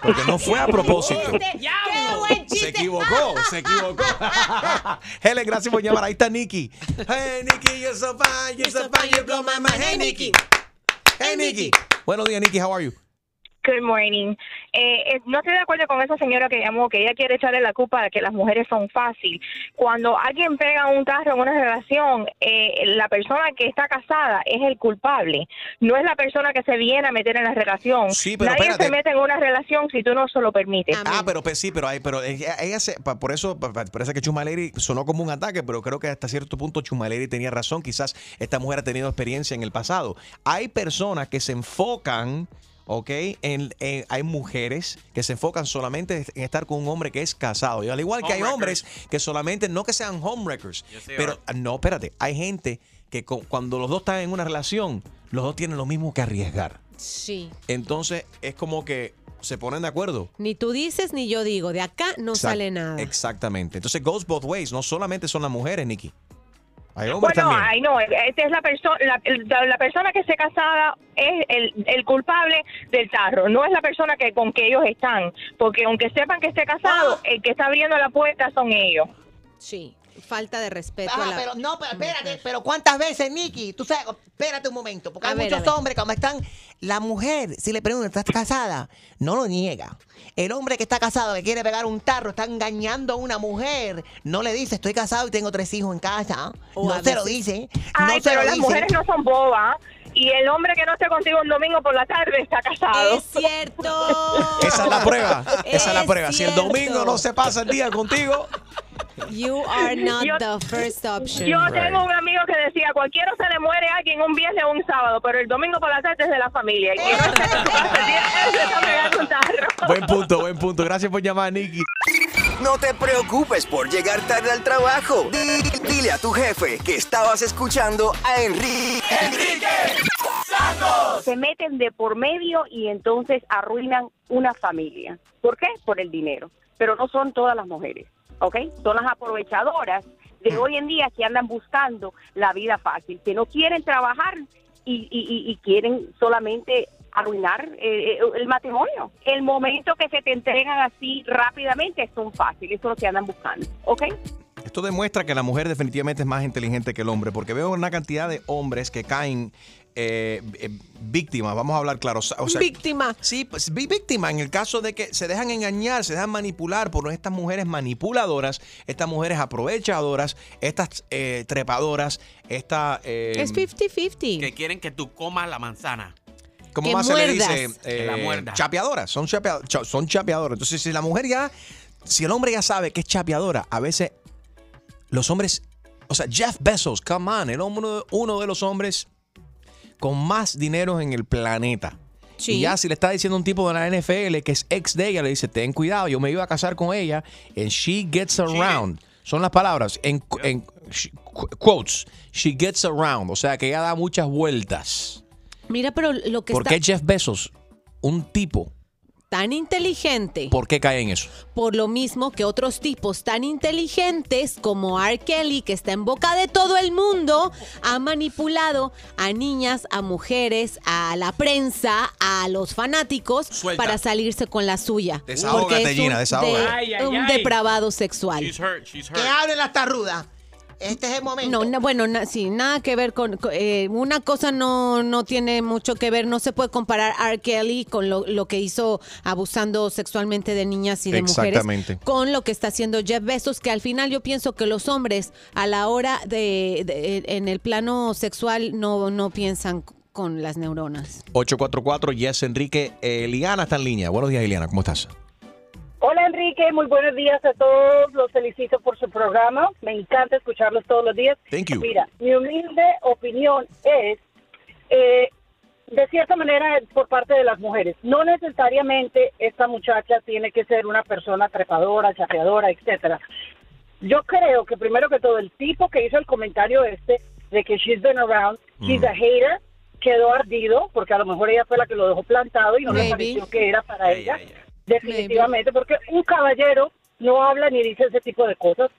[SPEAKER 2] Porque no fue a propósito.
[SPEAKER 4] Este,
[SPEAKER 2] Se equivocó, se equivocó. Helen, gracias por llamar. Ahí está Nicky. Hey, Nicky, you're so fine, you're so fine, you blow my mind. Hey, Nicky. Hey, Nicky. Buenos días, Nicky, how are you?
[SPEAKER 13] Good morning. Eh, eh, no estoy de acuerdo con esa señora que llamó, que ella quiere echarle la culpa de que las mujeres son fácil. Cuando alguien pega un carro en una relación, eh, la persona que está casada es el culpable. No es la persona que se viene a meter en la relación.
[SPEAKER 2] Sí, pero
[SPEAKER 13] Nadie
[SPEAKER 2] espérate.
[SPEAKER 13] se mete en una relación si tú no se lo permites.
[SPEAKER 2] Ah, pero pues, sí, pero hay, pero ella, ella se- pa- por eso pa- pa- parece que Chumaleri sonó como un ataque, pero creo que hasta cierto punto Chumaleri tenía razón. Quizás esta mujer ha tenido experiencia en el pasado. Hay personas que se enfocan, ¿ok? En, en- hay mujeres que se enfocan solamente en estar con un hombre que es casado. Y al igual que hay hombres que solamente, no que sean homewreckers,
[SPEAKER 5] Yes, they
[SPEAKER 2] pero no, espérate, hay gente que co- cuando los dos están en una relación, los dos tienen lo mismo que arriesgar.
[SPEAKER 4] Sí.
[SPEAKER 2] Entonces es como que se ponen de acuerdo.
[SPEAKER 4] Ni tú dices ni yo digo. De acá no
[SPEAKER 2] Exact-
[SPEAKER 4] sale nada.
[SPEAKER 2] Exactamente. Entonces, goes both ways. No solamente son las mujeres, Nikki. Hay hombres
[SPEAKER 13] Bueno,
[SPEAKER 2] también.
[SPEAKER 13] ay no, esta es la persona, la, la- la persona que se casada es el, el culpable del tarro, no es la persona que con que ellos están, porque aunque sepan que esté casado, el que está abriendo la puerta son ellos.
[SPEAKER 4] Ah. Sí, falta de respeto.
[SPEAKER 3] Ah,
[SPEAKER 4] a la-
[SPEAKER 3] pero no, pero espérate, pero ¿cuántas veces, Nicky? Tú sabes, espérate un momento, porque
[SPEAKER 4] A
[SPEAKER 3] hay
[SPEAKER 4] ver, a
[SPEAKER 3] muchos
[SPEAKER 4] ver.
[SPEAKER 3] hombres cuando están, la mujer, si le preguntan, ¿estás casada? No lo niega. El hombre que está casado, que quiere pegar un tarro, está engañando a una mujer, no le dice, estoy casado y tengo tres hijos en casa.
[SPEAKER 13] O
[SPEAKER 3] no
[SPEAKER 13] a
[SPEAKER 3] se lo
[SPEAKER 13] veces-
[SPEAKER 3] dice.
[SPEAKER 13] Ay,
[SPEAKER 3] no se
[SPEAKER 13] pero
[SPEAKER 3] lo
[SPEAKER 13] las
[SPEAKER 3] dice.
[SPEAKER 13] mujeres no son bobas y el hombre que no esté contigo un domingo por la tarde está casado.
[SPEAKER 4] Es cierto.
[SPEAKER 2] Esa es la prueba. Esa es la
[SPEAKER 4] Es
[SPEAKER 2] prueba. Si el
[SPEAKER 4] cierto.
[SPEAKER 2] domingo no se pasa el día contigo,
[SPEAKER 4] You are not
[SPEAKER 13] Yo-
[SPEAKER 4] the first option.
[SPEAKER 13] Yo tengo un amigo que decía, "A cualquiera se le muere a alguien un viernes o un sábado, pero el domingo por la tarde es de la familia. Y que no se se está pegando un tarro.
[SPEAKER 2] buen punto, buen punto. Gracias por llamar, Nikki.
[SPEAKER 10] No te preocupes por llegar tarde al trabajo. Di- Dile a tu jefe que estabas escuchando a Enrique.
[SPEAKER 25] Se meten de por medio y entonces arruinan una familia. ¿Por qué? Por el dinero. Pero no son todas las mujeres, ¿ok? Son las aprovechadoras
[SPEAKER 2] Mm.
[SPEAKER 25] de hoy en día que andan buscando la vida fácil, que no quieren trabajar y, y- y- y quieren solamente arruinar eh, eh, el matrimonio. El momento que se te entregan así rápidamente son fáciles, eso es lo que andan buscando, ¿ok?
[SPEAKER 2] Esto demuestra que la mujer definitivamente es más inteligente que el hombre, porque veo una cantidad de hombres que caen eh, eh, víctimas. Vamos a hablar claro. O sea,
[SPEAKER 4] víctima.
[SPEAKER 2] Sí, pues vi víctima en el caso de que se dejan engañar, se dejan manipular por estas mujeres manipuladoras, estas mujeres aprovechadoras, estas eh, trepadoras, esta... eh,
[SPEAKER 5] Es
[SPEAKER 4] 50-50.
[SPEAKER 5] Que quieren que tú comas la manzana.
[SPEAKER 2] ¿Cómo
[SPEAKER 5] Que
[SPEAKER 2] más se le
[SPEAKER 5] muerdas.
[SPEAKER 2] dice?
[SPEAKER 5] Que la muerda.
[SPEAKER 2] Chapeadoras, son, chapea- cha- son chapeadoras. Entonces, si la mujer ya, si el hombre ya sabe que es chapeadora, a veces los hombres, o sea, Jeff Bezos, come on, el hombre, uno de los hombres con más dinero en el planeta.
[SPEAKER 4] Sí.
[SPEAKER 2] Y ya si le está diciendo un tipo de la NFL que es ex de ella, le dice, ten cuidado, yo me iba a casar con ella, and she gets around. Son las palabras, en, en she- qu- quotes, she gets around, o sea, que ella da muchas vueltas.
[SPEAKER 4] Mira, pero lo que
[SPEAKER 2] ¿Por
[SPEAKER 4] está
[SPEAKER 2] qué Jeff Bezos, un tipo,
[SPEAKER 4] tan inteligente,
[SPEAKER 2] por qué cae en eso?
[SPEAKER 4] por lo mismo que otros tipos tan inteligentes como R. Kelly, que está en boca de todo el mundo, ha manipulado a niñas, a mujeres, a la prensa, a los fanáticos
[SPEAKER 2] Suelta.
[SPEAKER 4] para salirse con la suya.
[SPEAKER 2] Desahógate,
[SPEAKER 4] Porque es un
[SPEAKER 2] Gina, desahógate.
[SPEAKER 4] de-
[SPEAKER 2] Ay, ay,
[SPEAKER 4] un
[SPEAKER 2] ay.
[SPEAKER 4] depravado sexual.
[SPEAKER 3] Que hablen las tarrudas. Este es el momento.
[SPEAKER 4] No, no, bueno, na- sí, nada que ver con... con- eh, una cosa no, no tiene mucho que ver, no se puede comparar R. Kelly con lo, lo que hizo abusando sexualmente de niñas y de
[SPEAKER 2] Exactamente.
[SPEAKER 4] mujeres con lo que está haciendo Jeff Bezos, que al final yo pienso que los hombres a la hora de... de- en el plano sexual no, no piensan con las neuronas.
[SPEAKER 2] 844 Yes Enrique. Eh, Liliana está en línea. Buenos días, Liliana. ¿Cómo estás?
[SPEAKER 9] Hola Enrique, muy buenos días a todos. Los felicito por su programa. Me encanta escucharlos todos los días.
[SPEAKER 2] Thank you.
[SPEAKER 9] Mira, mi humilde opinión es, eh, de cierta manera, por parte de las mujeres. No necesariamente esta muchacha tiene que ser una persona trepadora, chapeadora, etcétera. Yo creo que primero que todo el tipo que hizo el comentario este de que she's been around, she's a hater, quedó ardido porque a lo mejor ella fue la que lo dejó plantado y no le Maybe. pareció que era para ella. Definitivamente, porque un caballero no habla ni dice ese tipo de cosas.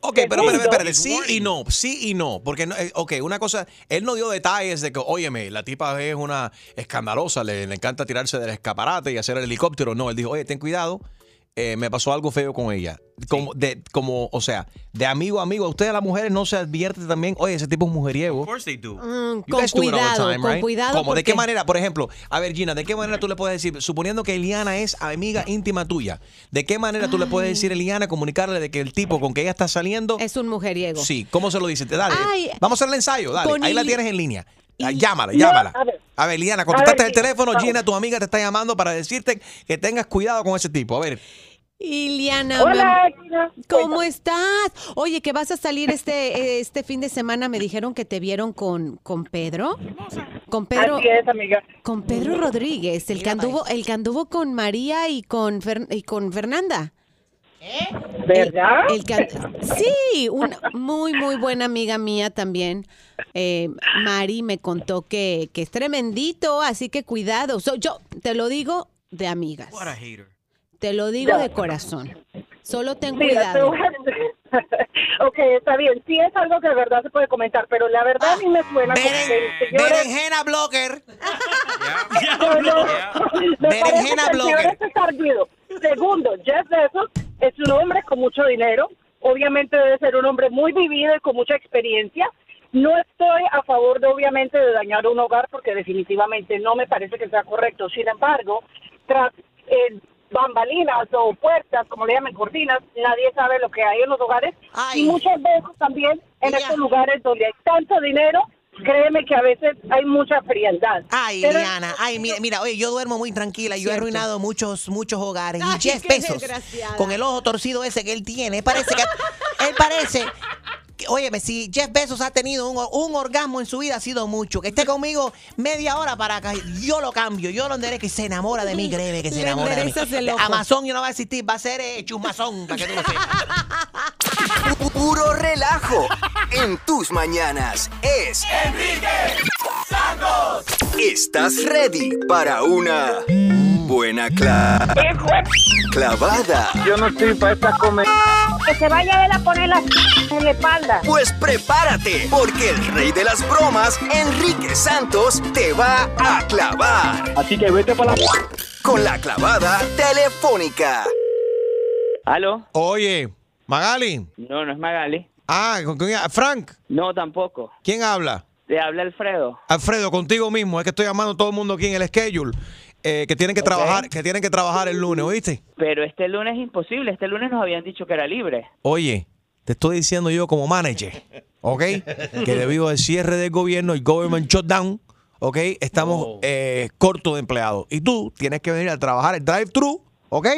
[SPEAKER 2] Ok, pero espérate, espérate. Sí y no, sí y no. Porque, no, eh, ok, una cosa, él no dio detalles de que, óyeme, la tipa es una escandalosa, le, le encanta tirarse del escaparate y hacer el helicóptero. No, él dijo, oye, ten cuidado. eh, me pasó algo feo con ella. Como, de, como, o sea, de amigo a amigo, a ustedes las mujeres no se advierte también, oye, ese tipo es mujeriego.
[SPEAKER 5] course they do.
[SPEAKER 4] Mm,
[SPEAKER 2] You
[SPEAKER 4] con
[SPEAKER 2] guys do it all the
[SPEAKER 4] cuidado,
[SPEAKER 2] time,
[SPEAKER 4] con
[SPEAKER 2] right?
[SPEAKER 4] cuidado.
[SPEAKER 2] ¿Cómo? ¿De
[SPEAKER 4] porque-
[SPEAKER 2] qué manera? Por ejemplo, a ver, Gina, ¿de qué manera tú le puedes decir, suponiendo que Eliana es amiga íntima tuya, ¿de qué manera tú le puedes decir a Eliana, comunicarle de que el tipo con que ella está saliendo...
[SPEAKER 4] Es un mujeriego.
[SPEAKER 2] Sí, ¿cómo se lo dice? Te- Dale,
[SPEAKER 4] Ay,
[SPEAKER 2] vamos a hacer el ensayo, dale.
[SPEAKER 4] con
[SPEAKER 2] Ahí la
[SPEAKER 4] Eli-
[SPEAKER 2] tienes en línea. Ah,
[SPEAKER 4] Y-
[SPEAKER 2] Llámala,
[SPEAKER 4] No,
[SPEAKER 2] llámala.
[SPEAKER 4] a ver.
[SPEAKER 2] A ver, Eliana,
[SPEAKER 4] A
[SPEAKER 2] contestaste
[SPEAKER 4] ver,
[SPEAKER 2] el teléfono.
[SPEAKER 4] vamos.
[SPEAKER 2] Gina, tu amiga te está llamando para decirte que tengas cuidado con ese tipo. A ver,
[SPEAKER 4] Iliana,
[SPEAKER 9] Hola,
[SPEAKER 4] mi am- ¿cómo estás? Oye, que vas a salir este, eh, este fin de semana. Me dijeron que te vieron con, con Pedro. Con Pedro.
[SPEAKER 9] Así es, amiga.
[SPEAKER 4] Con Pedro Rodríguez, el que anduvo, el que anduvo con María y con, Fer- y con Fernanda.
[SPEAKER 9] ¿Eh? ¿Verdad?
[SPEAKER 4] El que an- sí, una muy, muy buena amiga mía también, eh, Mari, me contó que, que es tremendito, así que cuidado. So, yo te lo digo de amigas,
[SPEAKER 5] What a hater.
[SPEAKER 4] te lo digo de corazón. Solo ten
[SPEAKER 9] Mira, te
[SPEAKER 4] cuidado.
[SPEAKER 9] voy a- ok, está bien. Sí es algo que de verdad se puede comentar, pero la verdad a mí me suena como que el señor es-
[SPEAKER 2] Berenjena Blocker.
[SPEAKER 9] No, no. Me parece
[SPEAKER 2] Berenjena
[SPEAKER 9] que el señor
[SPEAKER 2] Blogger.
[SPEAKER 9] este es ardido. Segundo, Jeff Bezos es un hombre con mucho dinero. Obviamente debe ser un hombre muy vivido y con mucha experiencia. No estoy a favor, de, obviamente, de dañar un hogar porque definitivamente no me parece que sea correcto. Sin embargo, tras eh, bambalinas o puertas, como le llaman cortinas, nadie sabe lo que hay en los hogares. Y muchas veces también en estos lugares donde hay tanto dinero, créeme que a veces hay mucha frialdad.
[SPEAKER 3] Ay,
[SPEAKER 9] Pero-
[SPEAKER 3] Diana, ay, mira, mira, oye, yo duermo muy tranquila, yo he arruinado muchos, muchos hogares.
[SPEAKER 9] Ay,
[SPEAKER 3] y Jeff
[SPEAKER 9] qué
[SPEAKER 3] Bezos,
[SPEAKER 9] desgraciada.
[SPEAKER 3] con el ojo torcido ese que él tiene, parece que, él parece, que, óyeme, si Jeff Bezos ha tenido un, un orgasmo en su vida, ha sido mucho. Que esté conmigo media hora para acá, yo lo cambio, yo lo enderezco y se enamora de mí, créeme que se
[SPEAKER 2] Le
[SPEAKER 3] enamora de mí.
[SPEAKER 2] enderezas el ojo.
[SPEAKER 3] Amazon yo no va a existir, va a ser eh, chusmazón, para que tú lo sepas.
[SPEAKER 10] Pu- Puro relajo en tus mañanas es
[SPEAKER 22] Enrique Santos.
[SPEAKER 10] ¿Estás ready para una buena cla- clavada? Yo no estoy para esta comer.
[SPEAKER 9] Que se vaya a él a poner la en la espalda.
[SPEAKER 10] Pues prepárate, porque el rey de las bromas, Enrique Santos, te va a clavar. Así que vete para la... Con la clavada telefónica.
[SPEAKER 15] ¿Aló?
[SPEAKER 2] Oye, Magali.
[SPEAKER 15] No, no es Magali.
[SPEAKER 2] Ah, ¿con quién? ¿Frank?
[SPEAKER 15] No, tampoco.
[SPEAKER 2] ¿Quién habla?
[SPEAKER 15] Te habla Alfredo.
[SPEAKER 2] Alfredo, contigo mismo. Es que estoy llamando a todo el mundo aquí en el schedule. eh, que tienen que trabajar, que tienen que trabajar el lunes, ¿oíste?
[SPEAKER 15] Pero este lunes es imposible. Este lunes nos habían dicho que era libre.
[SPEAKER 2] Oye, te estoy diciendo yo como manager, ¿ok? Que debido al cierre del gobierno, el government shutdown, ¿ok? Estamos eh, cortos de empleados. Y tú tienes que venir a trabajar el drive-thru, ¿ok?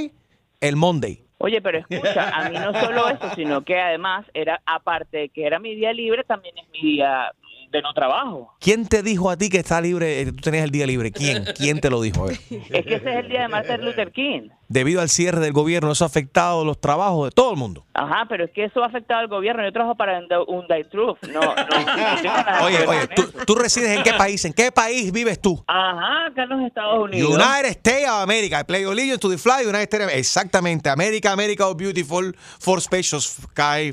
[SPEAKER 2] El Monday.
[SPEAKER 15] Oye, pero escucha, a mí no solo eso, sino que además era, aparte de que era mi día libre, también es mi día ah, de no trabajo.
[SPEAKER 2] ¿Quién te dijo a ti que está libre, eh, que tú tenías el día libre? ¿Quién? ¿Quién te lo dijo? A ver.
[SPEAKER 15] Es que ese es el día de Martin Luther King.
[SPEAKER 2] Debido al cierre del gobierno, eso ha afectado los trabajos de todo el mundo.
[SPEAKER 15] Ajá, pero es que eso ha afectado al gobierno. Yo trabajo para un Day Truth. No, no.
[SPEAKER 2] Oye, oye, ¿tú, tú resides en qué país? ¿En qué país vives tú?
[SPEAKER 15] Ajá, acá en los Estados Unidos.
[SPEAKER 2] United States of America. I play Allegiance to the flag. United States of America. Exactamente. America, America, oh beautiful. For spacious sky,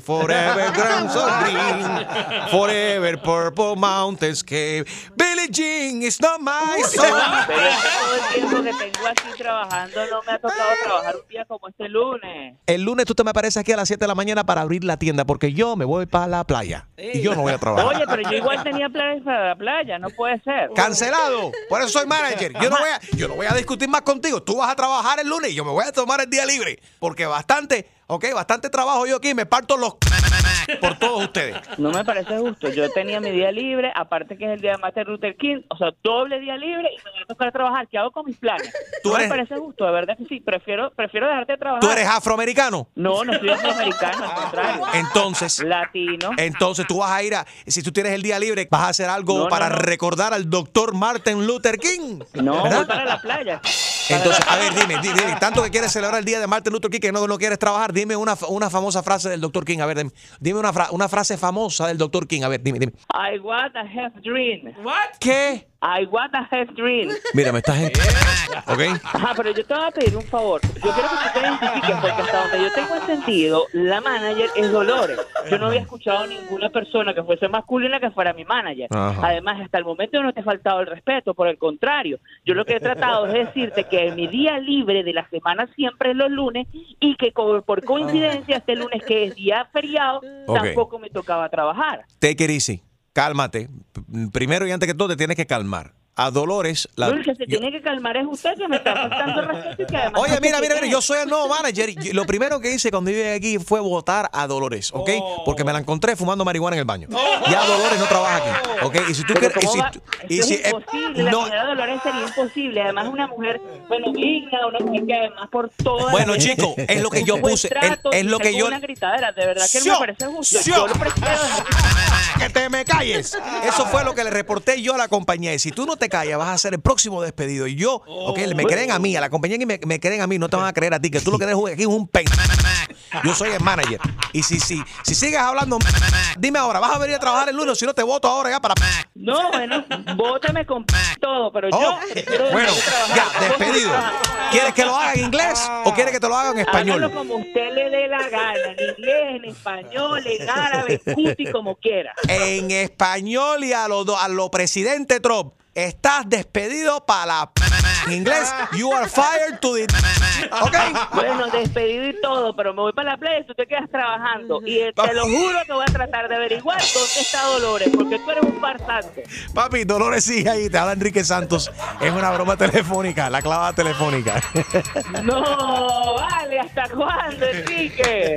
[SPEAKER 2] forever ground so green. Forever purple mountains cave. Billie Jean is not my
[SPEAKER 15] Pero
[SPEAKER 2] song.
[SPEAKER 15] es que todo el tiempo que tengo aquí trabajando no me ha tocado trabajar un día como este lunes.
[SPEAKER 2] El lunes tú te me apareces aquí a las 7 de la mañana para abrir la tienda porque yo me voy para la playa. Y yo no voy a trabajar.
[SPEAKER 15] Oye, pero yo igual tenía planes para la playa, no puede ser.
[SPEAKER 2] Cancelado. Por eso soy manager. Yo no, voy a, yo no voy a discutir más contigo. Tú vas a trabajar el lunes y yo me voy a tomar el día libre. Porque bastante, ok, bastante trabajo yo aquí. Me parto los por todos ustedes.
[SPEAKER 15] No me parece justo. Yo tenía mi día libre, aparte que es el día de Martin Luther King, o sea, doble día libre y me voy a tocar trabajar. ¿Qué hago con mis planes? no me parece justo, de verdad que sí. Prefiero, prefiero dejarte trabajar.
[SPEAKER 2] ¿Tú eres afroamericano?
[SPEAKER 15] Ah. No, no soy afroamericano, al contrario.
[SPEAKER 2] Entonces.
[SPEAKER 15] Latino.
[SPEAKER 2] Entonces tú vas a ir a. Si tú tienes el día libre, vas a hacer algo
[SPEAKER 15] No, no,
[SPEAKER 2] para
[SPEAKER 15] no.
[SPEAKER 2] recordar al doctor Martin Luther King.
[SPEAKER 15] No,
[SPEAKER 2] ¿verdad?
[SPEAKER 15] voy para la playa.
[SPEAKER 2] Entonces, a ver, dime, dime, dime, tanto que quieres celebrar el día de Martin Luther King que no, no quieres trabajar, dime una, fa- una famosa frase del doctor King. A ver, dime, dime una, fra- una frase famosa del doctor King. A ver, dime, dime.
[SPEAKER 15] I want to have a dream.
[SPEAKER 5] What?
[SPEAKER 2] ¿Qué?
[SPEAKER 15] I want a half drink.
[SPEAKER 2] Mira, me estás. en- ¿Ok?
[SPEAKER 15] Ajá, pero yo te voy a pedir un favor. Yo quiero que ustedes identifiquen, porque hasta donde yo tengo entendido, la manager es Dolores. Yo no había escuchado ninguna persona que fuese masculina que fuera mi manager.
[SPEAKER 14] Ajá.
[SPEAKER 15] Además, hasta el momento no te he faltado el respeto, por el contrario. Yo lo que he tratado es decirte que mi día libre de la semana siempre es los lunes y que co- por coincidencia este lunes que es día feriado
[SPEAKER 2] Ok.
[SPEAKER 15] tampoco me tocaba trabajar.
[SPEAKER 2] Take it easy. Cálmate. P- Primero y antes que todo, te tienes que calmar. A Dolores, la.
[SPEAKER 15] Lo que se tiene que calmar es usted que me está faltando el respeto y que además...
[SPEAKER 2] Oye,
[SPEAKER 15] no sé
[SPEAKER 2] mira, mira,
[SPEAKER 15] quién
[SPEAKER 2] mira,
[SPEAKER 15] es.
[SPEAKER 2] yo soy el nuevo manager. y Lo primero que hice cuando llegué aquí fue votar a Dolores, ¿ok?
[SPEAKER 15] Oh.
[SPEAKER 2] Porque me la encontré fumando marihuana en el baño. Ya Dolores no trabaja aquí, ¿ok? Y si tú
[SPEAKER 15] Pero
[SPEAKER 2] quieres. y
[SPEAKER 15] ¿cómo
[SPEAKER 2] si
[SPEAKER 15] va?
[SPEAKER 2] tú-
[SPEAKER 15] Esto
[SPEAKER 2] y si-
[SPEAKER 15] es
[SPEAKER 2] eh,
[SPEAKER 15] imposible, la
[SPEAKER 2] no-
[SPEAKER 15] señora Dolores sería imposible. Además, una mujer, bueno, digna, una mujer que además por todas
[SPEAKER 2] Bueno,
[SPEAKER 15] las-
[SPEAKER 2] chico, es lo que yo
[SPEAKER 15] un buen
[SPEAKER 2] puse, es-
[SPEAKER 15] trato,
[SPEAKER 2] es lo
[SPEAKER 15] sin
[SPEAKER 2] que
[SPEAKER 15] ser
[SPEAKER 2] yo-
[SPEAKER 15] Una gritadera, de verdad que no
[SPEAKER 2] ¡Sio!
[SPEAKER 15] me parece justo.
[SPEAKER 2] ¡Sio!
[SPEAKER 15] Yo lo prefiero.
[SPEAKER 2] que te me calles. Eso fue lo que le reporté yo a la compañía. Y si tú no te callas, vas a ser el próximo despedido. Y yo, ok, me creen a mí, a la compañía que me, me creen a mí, no te van a creer a ti, que tú lo que eres aquí es un pen. Yo soy el manager. Y si, si, si sigues hablando, dime ahora, ¿vas a venir a trabajar el lunes? Si no, te voto ahora ya para.
[SPEAKER 15] No, bueno, bótame con todo, pero yo prefiero
[SPEAKER 2] Oh. Bueno, ya, despedido. ¿Quieres que lo haga en inglés o quieres que te lo haga Ah, en
[SPEAKER 15] Hágalo
[SPEAKER 2] español?
[SPEAKER 15] como usted le dé la gana, en inglés, en español, en árabe, cuti, como quiera.
[SPEAKER 2] En español y a lo, do- a lo presidente Trump. Estás despedido para la. p- En inglés, you are fired to the. ¿Ok?
[SPEAKER 15] Bueno, despedido y todo, pero me voy para la playa y tú te quedas trabajando. Y eh, te lo juro que voy a tratar de averiguar dónde está Dolores, porque tú eres un farsante.
[SPEAKER 2] Papi, Dolores sigue ahí, te habla Enrique Santos. Es una broma telefónica, la clavada telefónica.
[SPEAKER 15] No, vale, ¿hasta cuándo, Enrique?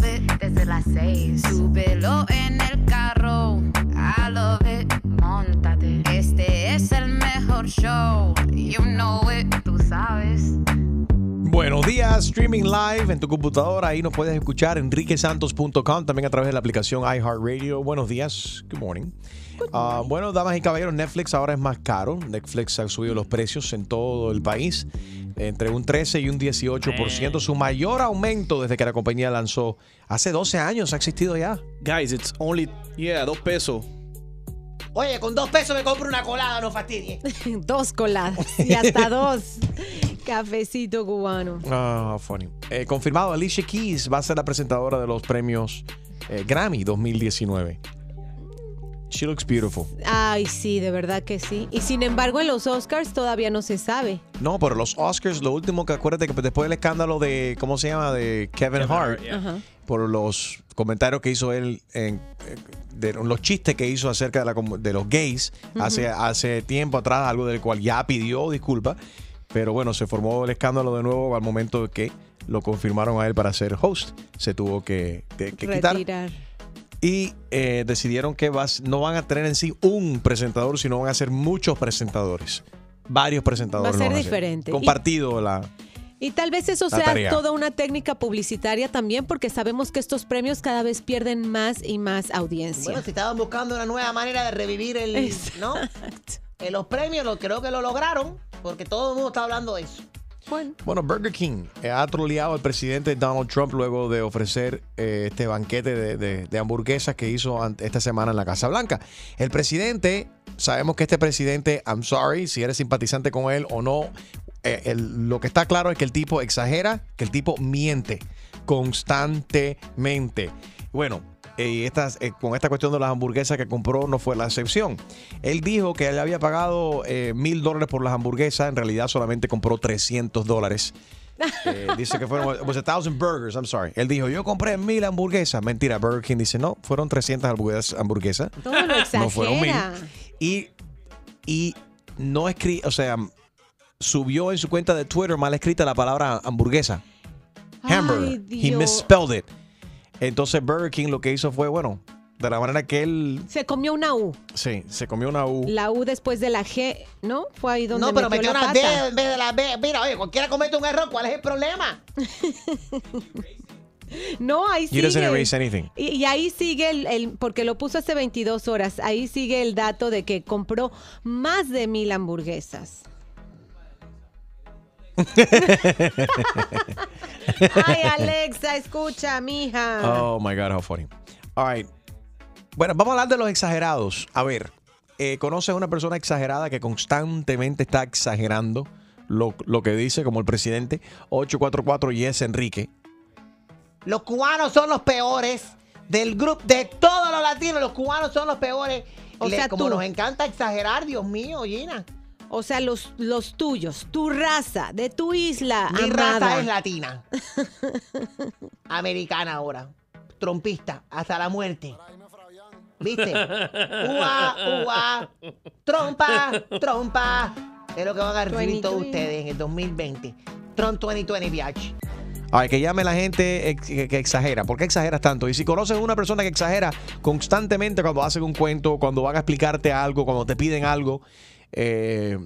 [SPEAKER 1] it. Desde las seis, súbelo en el carro, I love it. Móntate, este es el mejor show, you know it, tú sabes.
[SPEAKER 2] Buenos días, streaming live en tu computadora. Ahí nos puedes escuchar enriquesantos.com, también a través de la aplicación iHeartRadio. Buenos días, good morning. Ah, bueno, damas y caballeros, Netflix ahora es más caro. Netflix ha subido los precios en todo el país, entre un 13 y un 18%. Su mayor aumento desde que la compañía lanzó hace 12 años ha existido ya.
[SPEAKER 7] Guys, it's only, yeah, dos pesos.
[SPEAKER 3] Oye, con dos pesos me compro una colada, no fastidies.
[SPEAKER 4] dos coladas y hasta dos. Cafecito cubano.
[SPEAKER 2] Ah, funny. Eh, confirmado, Alicia Keys va a ser la presentadora de los premios eh, Grammy 2019. She looks beautiful.
[SPEAKER 4] Ay, sí, de verdad que sí. Y sin embargo, en los Oscars todavía no se sabe.
[SPEAKER 2] No, pero los Oscars, lo último que acuérdate que después del escándalo de, ¿cómo se llama? De Kevin, Hart,
[SPEAKER 4] Ajá.
[SPEAKER 2] por los comentarios que hizo él, en, eh, de los chistes que hizo acerca de, la comu- de los gays hace, hace tiempo atrás, algo del cual ya pidió disculpas. Pero bueno, se formó el escándalo de nuevo al momento que lo confirmaron a él para ser host. Se tuvo que, que- que quitar.
[SPEAKER 4] Retirar.
[SPEAKER 2] Y eh, decidieron que vas- no van a tener en sí un presentador, sino van a ser muchos presentadores. Varios presentadores.
[SPEAKER 4] Va a ser
[SPEAKER 2] lo van
[SPEAKER 4] diferente.
[SPEAKER 2] Compartido la...
[SPEAKER 4] Y tal vez eso
[SPEAKER 2] La
[SPEAKER 4] sea
[SPEAKER 2] tarea.
[SPEAKER 4] toda una técnica publicitaria también, porque sabemos que estos premios cada vez pierden más y más audiencia.
[SPEAKER 3] Bueno, si estaban buscando una nueva manera de revivir el.
[SPEAKER 4] Exacto.
[SPEAKER 3] ¿No? Eh, los premios lo, creo que lo lograron, porque todo el mundo está hablando de eso.
[SPEAKER 4] Bueno.
[SPEAKER 2] Bueno, Burger King eh, ha troleado al presidente Donald Trump luego de ofrecer eh, este banquete de, de- de hamburguesas que hizo an- esta semana en la Casa Blanca. El presidente, sabemos que este presidente, I'm sorry, si eres simpatizante con él o no, eh, el- lo que está claro es que el tipo exagera, que el tipo miente constantemente. Bueno, eh, estas, eh, con esta cuestión de las hamburguesas que compró no fue la excepción. Él dijo que él había pagado eh, mil dólares por las hamburguesas, en realidad solamente compró 300 dólares. Eh, dice que fueron it was a thousand burgers, I'm sorry. Él dijo, yo compré mil hamburguesas. Mentira, Burger King dice, no, fueron 300 hamburguesas. hamburguesas.
[SPEAKER 4] Todo lo
[SPEAKER 2] No fueron mil.
[SPEAKER 4] exagera.
[SPEAKER 2] Y, y no escribió, o sea, subió en su cuenta de Twitter mal escrita la palabra hamburguesa. Hamburger.
[SPEAKER 4] Ay,
[SPEAKER 2] He
[SPEAKER 4] Dios.
[SPEAKER 2] misspelled it. Entonces Burger King lo que hizo fue, bueno, de la manera que él
[SPEAKER 4] Se comió una U.
[SPEAKER 2] sí, se comió una U.
[SPEAKER 4] La U después de la G, ¿no? Fue ahí donde
[SPEAKER 3] No, pero
[SPEAKER 4] metió
[SPEAKER 3] metió
[SPEAKER 4] la
[SPEAKER 3] una D
[SPEAKER 4] pata.
[SPEAKER 3] en vez de la B. Mira, oye, cualquiera comete un error, ¿cuál es el problema?
[SPEAKER 4] No, ahí
[SPEAKER 2] You
[SPEAKER 4] sigue.
[SPEAKER 2] doesn't erase anything.
[SPEAKER 4] Y, y ahí sigue el, el- porque lo puso hace 22 horas, ahí sigue el dato de que compró más de mil hamburguesas. Ay, Alexa, escucha, mija.
[SPEAKER 2] Oh my God, how funny. All right. Bueno, vamos a hablar de los exagerados. A ver, eh, ¿conoces a una persona exagerada que constantemente está exagerando lo, lo que dice, como el presidente? 844 Yes Enrique.
[SPEAKER 3] Los cubanos son los peores del grupo de todos los latinos. Los cubanos son los peores.
[SPEAKER 4] O
[SPEAKER 3] Le-
[SPEAKER 4] sea,
[SPEAKER 3] como
[SPEAKER 4] tú.
[SPEAKER 3] nos encanta exagerar, Dios mío, Gina.
[SPEAKER 4] O sea, los, los tuyos, tu raza, de tu isla.
[SPEAKER 3] Mi
[SPEAKER 4] amada.
[SPEAKER 3] raza es latina. Americana ahora. Trompista hasta la muerte. ¿Viste? Ua, ua, trompa, trompa. Es lo que van a recibir todos
[SPEAKER 4] 2020.
[SPEAKER 3] ustedes en el 2020. Trump 2020, viaje.
[SPEAKER 2] A ver, que llame la gente ex- que, que exagera. ¿Por qué exageras tanto? Y si conoces a una persona que exagera constantemente cuando hacen un cuento, cuando van a explicarte algo, cuando te piden algo, eh,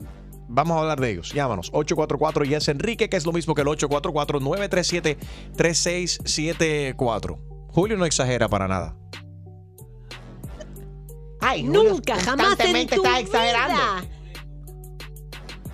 [SPEAKER 2] vamos a hablar de ellos. Llámanos. 844 Yes Enrique, que es lo mismo que el 844-937-3674. Julio no exagera para nada.
[SPEAKER 3] Ay,
[SPEAKER 4] Nunca,
[SPEAKER 3] Julio,
[SPEAKER 4] jamás en
[SPEAKER 3] constantemente
[SPEAKER 4] tu
[SPEAKER 3] estás
[SPEAKER 4] vida.
[SPEAKER 3] exagerando.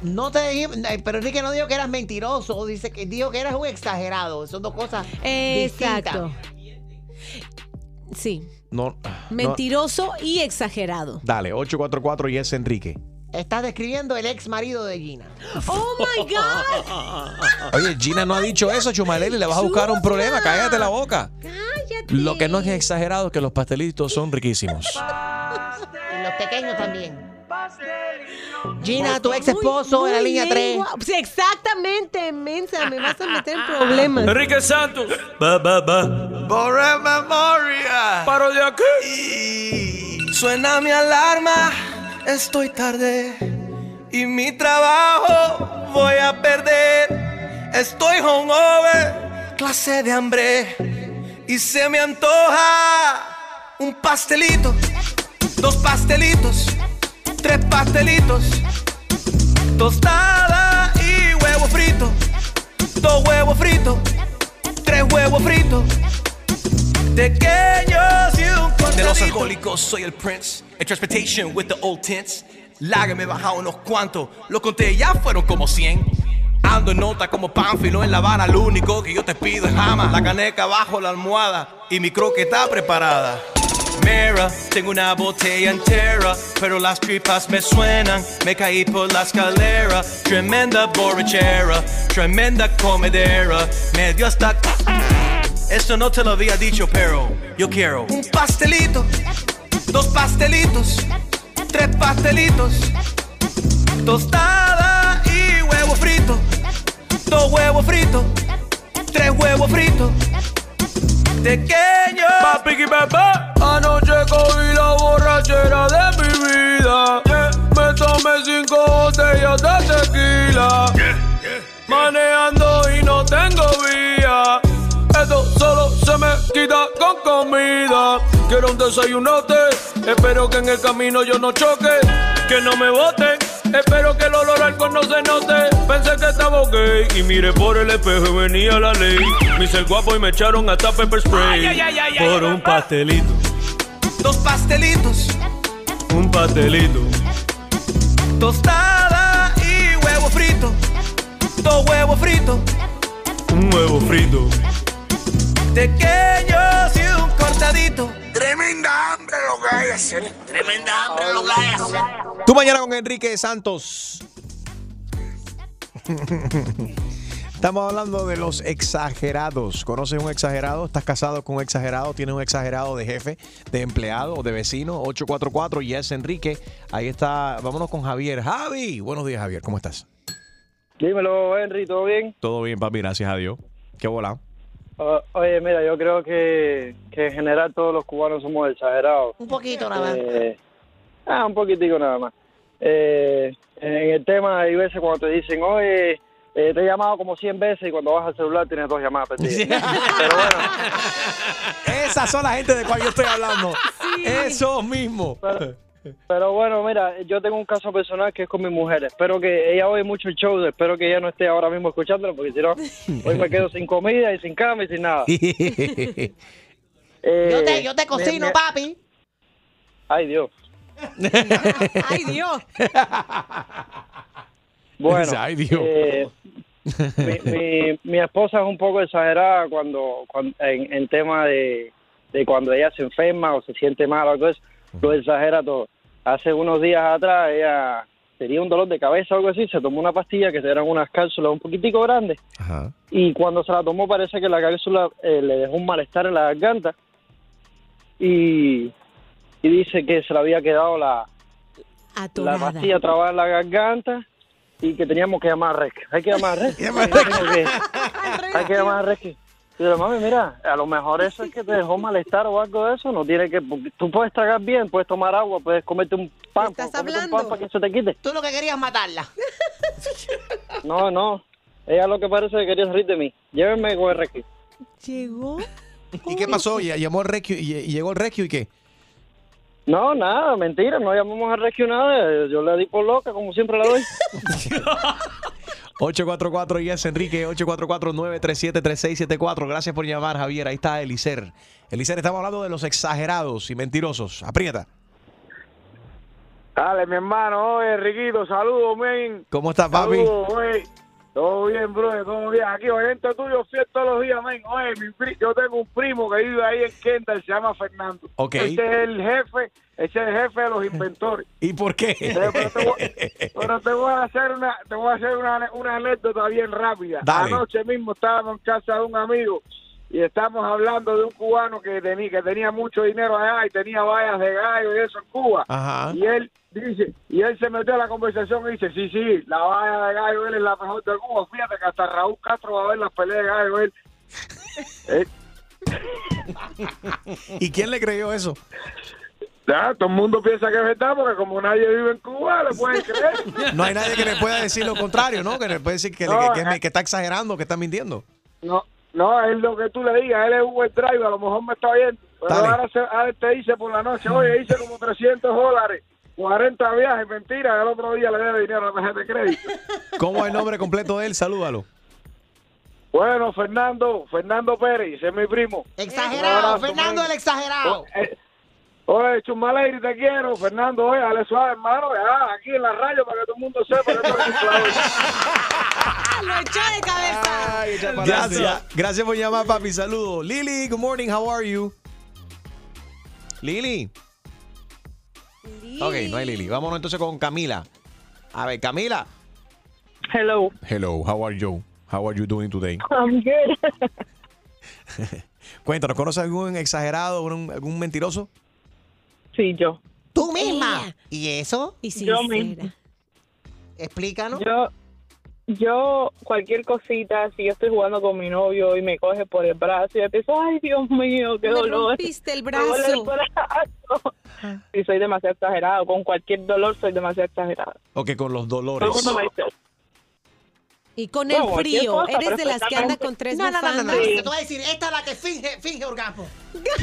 [SPEAKER 3] No te dije, eh, pero Enrique no dijo que eras mentiroso, dice que dijo que eras un exagerado. Son dos cosas
[SPEAKER 4] Exacto.
[SPEAKER 3] distintas.
[SPEAKER 4] Sí,
[SPEAKER 2] No, no.
[SPEAKER 4] mentiroso y exagerado.
[SPEAKER 2] Dale, 844 Yes Enrique.
[SPEAKER 3] Estás describiendo el ex marido de Gina.
[SPEAKER 4] Oh my God.
[SPEAKER 2] Oye, Gina no ha dicho eso, Chumaleli. Le vas a buscar un problema. Cállate la boca.
[SPEAKER 4] Cállate.
[SPEAKER 2] Lo que no es exagerado es que los pastelitos son riquísimos.
[SPEAKER 3] Y los pequeños también. Gina, tu ex esposo en la
[SPEAKER 4] Muy
[SPEAKER 3] línea 3.
[SPEAKER 4] lengua. Pues exactamente, mensa, me vas a meter en problemas.
[SPEAKER 6] Enrique "Ah, Santos.
[SPEAKER 19] Ba, ba, ba. Borre memoria.
[SPEAKER 6] Paro de aquí.
[SPEAKER 19] Suena mi alarma, estoy tarde y mi trabajo voy a perder. Estoy hungover, clase de hambre y se me antoja un pastelito, dos pastelitos, tres pastelitos, tostada y huevo frito, dos huevos fritos, tres huevos fritos, pequeños y un De los cortadito. alcohólicos soy el prince. En transportation with the old tints. Lager me he bajado unos cuantos. Lo conté, ya fueron como 100. Ando en nota como pánfilo en La Habana. Lo único que yo te pido es jamás. La caneca bajo la almohada y mi croqueta está preparada. Mira, tengo una botella entera, pero las tripas me suenan. Me caí por la escalera. Tremenda borrachera, tremenda comedera. Me dio hasta. Esto no te lo había dicho, pero yo quiero un pastelito, dos pastelitos, tres pastelitos, tostada y huevo frito, dos huevos fritos, tres huevos fritos, pequeños.
[SPEAKER 6] Papi y papá. Anoche cogí la borrachera de mi vida. Yeah. Me tomé cinco botellas de tequila. Manejando y no tengo vía. Esto solo se me quita con comida. Quiero un desayunote. Espero que en el camino yo no choque. Que no me boten. Espero que el olor al alcohol no se note. Pensé que estaba gay y miré por el espejo y venía la ley. Me hice el guapo y me echaron hasta pepper spray.
[SPEAKER 19] Ay, ay, ay, ay, ay,
[SPEAKER 6] por
[SPEAKER 19] ay,
[SPEAKER 6] un pastelito,
[SPEAKER 19] Dos pastelitos,
[SPEAKER 6] un pastelito.
[SPEAKER 19] tostada y huevo frito, dos huevos fritos,
[SPEAKER 6] Un huevo frito.
[SPEAKER 19] pequeños y un cortadito.
[SPEAKER 26] Tremenda hambre lo que hay hacer. Tremenda hambre lo que hay hacer.
[SPEAKER 2] Tú mañana con Enrique Santos. Estamos hablando de los exagerados. ¿Conoces un exagerado? ¿Estás casado con un exagerado? ¿Tienes un exagerado de jefe, de empleado o de vecino? 844 Yes Enrique. Ahí está. Vámonos con Javier. Javi. Buenos días, Javier. ¿Cómo estás?
[SPEAKER 14] Dímelo, Henry, ¿todo bien?
[SPEAKER 2] Todo bien, papi. Gracias a Dios. Qué volado.
[SPEAKER 14] O- oye, mira, yo creo que, que en general todos los cubanos somos exagerados.
[SPEAKER 3] Un poquito nada más.
[SPEAKER 14] Eh, ah, un poquitico nada más. Eh, en el tema hay veces cuando te dicen, oye, eh, te he llamado como 100 veces y cuando vas al celular tienes dos llamadas perdidas. Pero bueno,
[SPEAKER 2] Esas son la gente de cual yo estoy hablando. Eso mismo.
[SPEAKER 14] pero bueno, mira, yo tengo un caso personal que es con mi mujer. Espero que ella oye mucho el show, espero que ella no esté ahora mismo escuchándolo, porque si no, hoy me quedo sin comida y sin cama y sin nada. Eh,
[SPEAKER 3] Yo te, yo te
[SPEAKER 14] me-
[SPEAKER 3] cocino,
[SPEAKER 14] me-
[SPEAKER 3] papi.
[SPEAKER 14] Ay, Dios.
[SPEAKER 4] Ay, Dios.
[SPEAKER 14] Bueno,
[SPEAKER 2] Ay, Dios.
[SPEAKER 14] eh, mi, mi- mi esposa es un poco exagerada cuando, cuando- en, en tema de, de cuando ella se enferma o se siente mal o algo de eso, lo exagera todo. Hace unos días atrás ella tenía un dolor de cabeza o algo así, se tomó una pastilla que eran unas cápsulas un poquitico grandes y cuando se la tomó parece que la cápsula eh, le dejó un malestar en la garganta y, y dice que se le había quedado la, la
[SPEAKER 4] Atorada.
[SPEAKER 14] pastilla trabada en la garganta y que teníamos que llamar a Rescue. Hay que llamar a Rescue. Tengo que- Hay que llamar a Rescue. Y yo, mami, mira, a lo mejor eso es que te dejó malestar o algo de eso. No tiene que. porque Tú puedes tragar bien, puedes tomar agua, puedes comerte un pan. puedes comerte un pan para que eso te quite.
[SPEAKER 3] Tú lo que querías es matarla.
[SPEAKER 14] No, no. Ella lo que parece que quería es reír de mí. Llévenme con el Rescue.
[SPEAKER 4] Llegó.
[SPEAKER 2] ¿Y qué pasó? ¿Y- Llamó el rescue, y, y llegó el rescue y qué?
[SPEAKER 14] No, nada, mentira. No llamamos a Rescue nada. Yo la di por loca, como siempre la doy.
[SPEAKER 2] 844 yes Enrique 844-937-3674. Gracias por llamar, Javier. Ahí está Elicer. Elicer, estamos hablando de los exagerados y mentirosos. Aprieta.
[SPEAKER 16] Dale, mi hermano, oye, Riquito, saludos, men.
[SPEAKER 2] ¿Cómo estás, papi?
[SPEAKER 16] Saludos, oye. Todo bien, brother, todo bien. Aquí, oyente tuyo, fiel todos los días, men. Oye, mi pri- yo tengo un primo que vive ahí en Kendall, se llama Fernando.
[SPEAKER 2] Ok.
[SPEAKER 16] Ese es el jefe, ese es el jefe de los inventores.
[SPEAKER 2] ¿Y por qué?
[SPEAKER 16] Pero te voy a hacer una, te voy a hacer una, una anécdota bien rápida.
[SPEAKER 2] Dale.
[SPEAKER 16] Anoche mismo estábamos en casa de un amigo y estamos hablando de un cubano que tenía, que tenía mucho dinero allá y tenía vallas de gallo y eso en Cuba.
[SPEAKER 2] Ajá.
[SPEAKER 16] Y él dice, y él se metió a la conversación y dice, sí, sí, la valla de gallo él es la mejor de Cuba. Fíjate que hasta Raúl Castro va a ver las peleas de gallo él. Eh,
[SPEAKER 2] ¿Y quién le creyó eso?
[SPEAKER 16] ya, Ah, todo el mundo piensa que es verdad porque como nadie vive en Cuba, le pueden creer.
[SPEAKER 2] No hay nadie que le pueda decir lo contrario, ¿no? Que le puede decir que, le-
[SPEAKER 16] No,
[SPEAKER 2] que- que me- que está exagerando, que está mintiendo.
[SPEAKER 16] No, no, es lo que tú le digas, él es Uber Driver, a lo mejor me está viendo. Pero
[SPEAKER 2] Dale.
[SPEAKER 16] ahora, se, ahora te dice por la noche, oye, hice como 300 dólares, 40 viajes, mentira, el otro día le debe dinero a la gente de crédito.
[SPEAKER 2] ¿Cómo es el nombre completo de él? Salúdalo.
[SPEAKER 16] Bueno, Fernando, Fernando Pérez, ese es mi primo.
[SPEAKER 3] Exagerado, Fernando el exagerado.
[SPEAKER 15] Oh,
[SPEAKER 16] Oye, Chumaleri, te quiero. Fernando, oye, dale suave, hermano. Ya, aquí en la radio para que todo el mundo sepa que tú eres inflador.
[SPEAKER 4] Lo echó de cabeza.
[SPEAKER 2] Gracias. Gracias por llamar, papi. Saludos. Lili, good morning. How are you? Lili. Ok, no hay Lili. Vámonos entonces con Camila. A ver, Camila.
[SPEAKER 8] Hello.
[SPEAKER 2] Hello, how are you? How are you doing today?
[SPEAKER 8] I'm good.
[SPEAKER 2] Cuéntanos, ¿conoces algún exagerado, un- algún mentiroso?
[SPEAKER 8] Sí, yo.
[SPEAKER 3] Tú misma. ¿Y eso?
[SPEAKER 4] Y
[SPEAKER 8] Yo sincera.
[SPEAKER 3] Explícanos.
[SPEAKER 8] Yo, yo, cualquier cosita, si yo estoy jugando con mi novio y me coge por el brazo y yo empiezo, ay, Dios mío, qué
[SPEAKER 4] Me
[SPEAKER 8] dolor.
[SPEAKER 4] rompiste el
[SPEAKER 8] Me duele el
[SPEAKER 4] brazo.
[SPEAKER 8] brazo. Y soy demasiado exagerado. Con cualquier dolor soy demasiado exagerado.
[SPEAKER 2] ¿O que con los
[SPEAKER 8] Todo
[SPEAKER 2] dolores?
[SPEAKER 8] el mundo me dice,
[SPEAKER 4] Y con el
[SPEAKER 8] No, cualquier
[SPEAKER 4] frío.
[SPEAKER 8] cosa,
[SPEAKER 4] Eres de las que anda
[SPEAKER 8] perfectamente.
[SPEAKER 4] con tres
[SPEAKER 3] No, no, no, no, no.
[SPEAKER 4] bufandas.
[SPEAKER 3] Te voy a decir, esta es la que finge, finge orgasmo.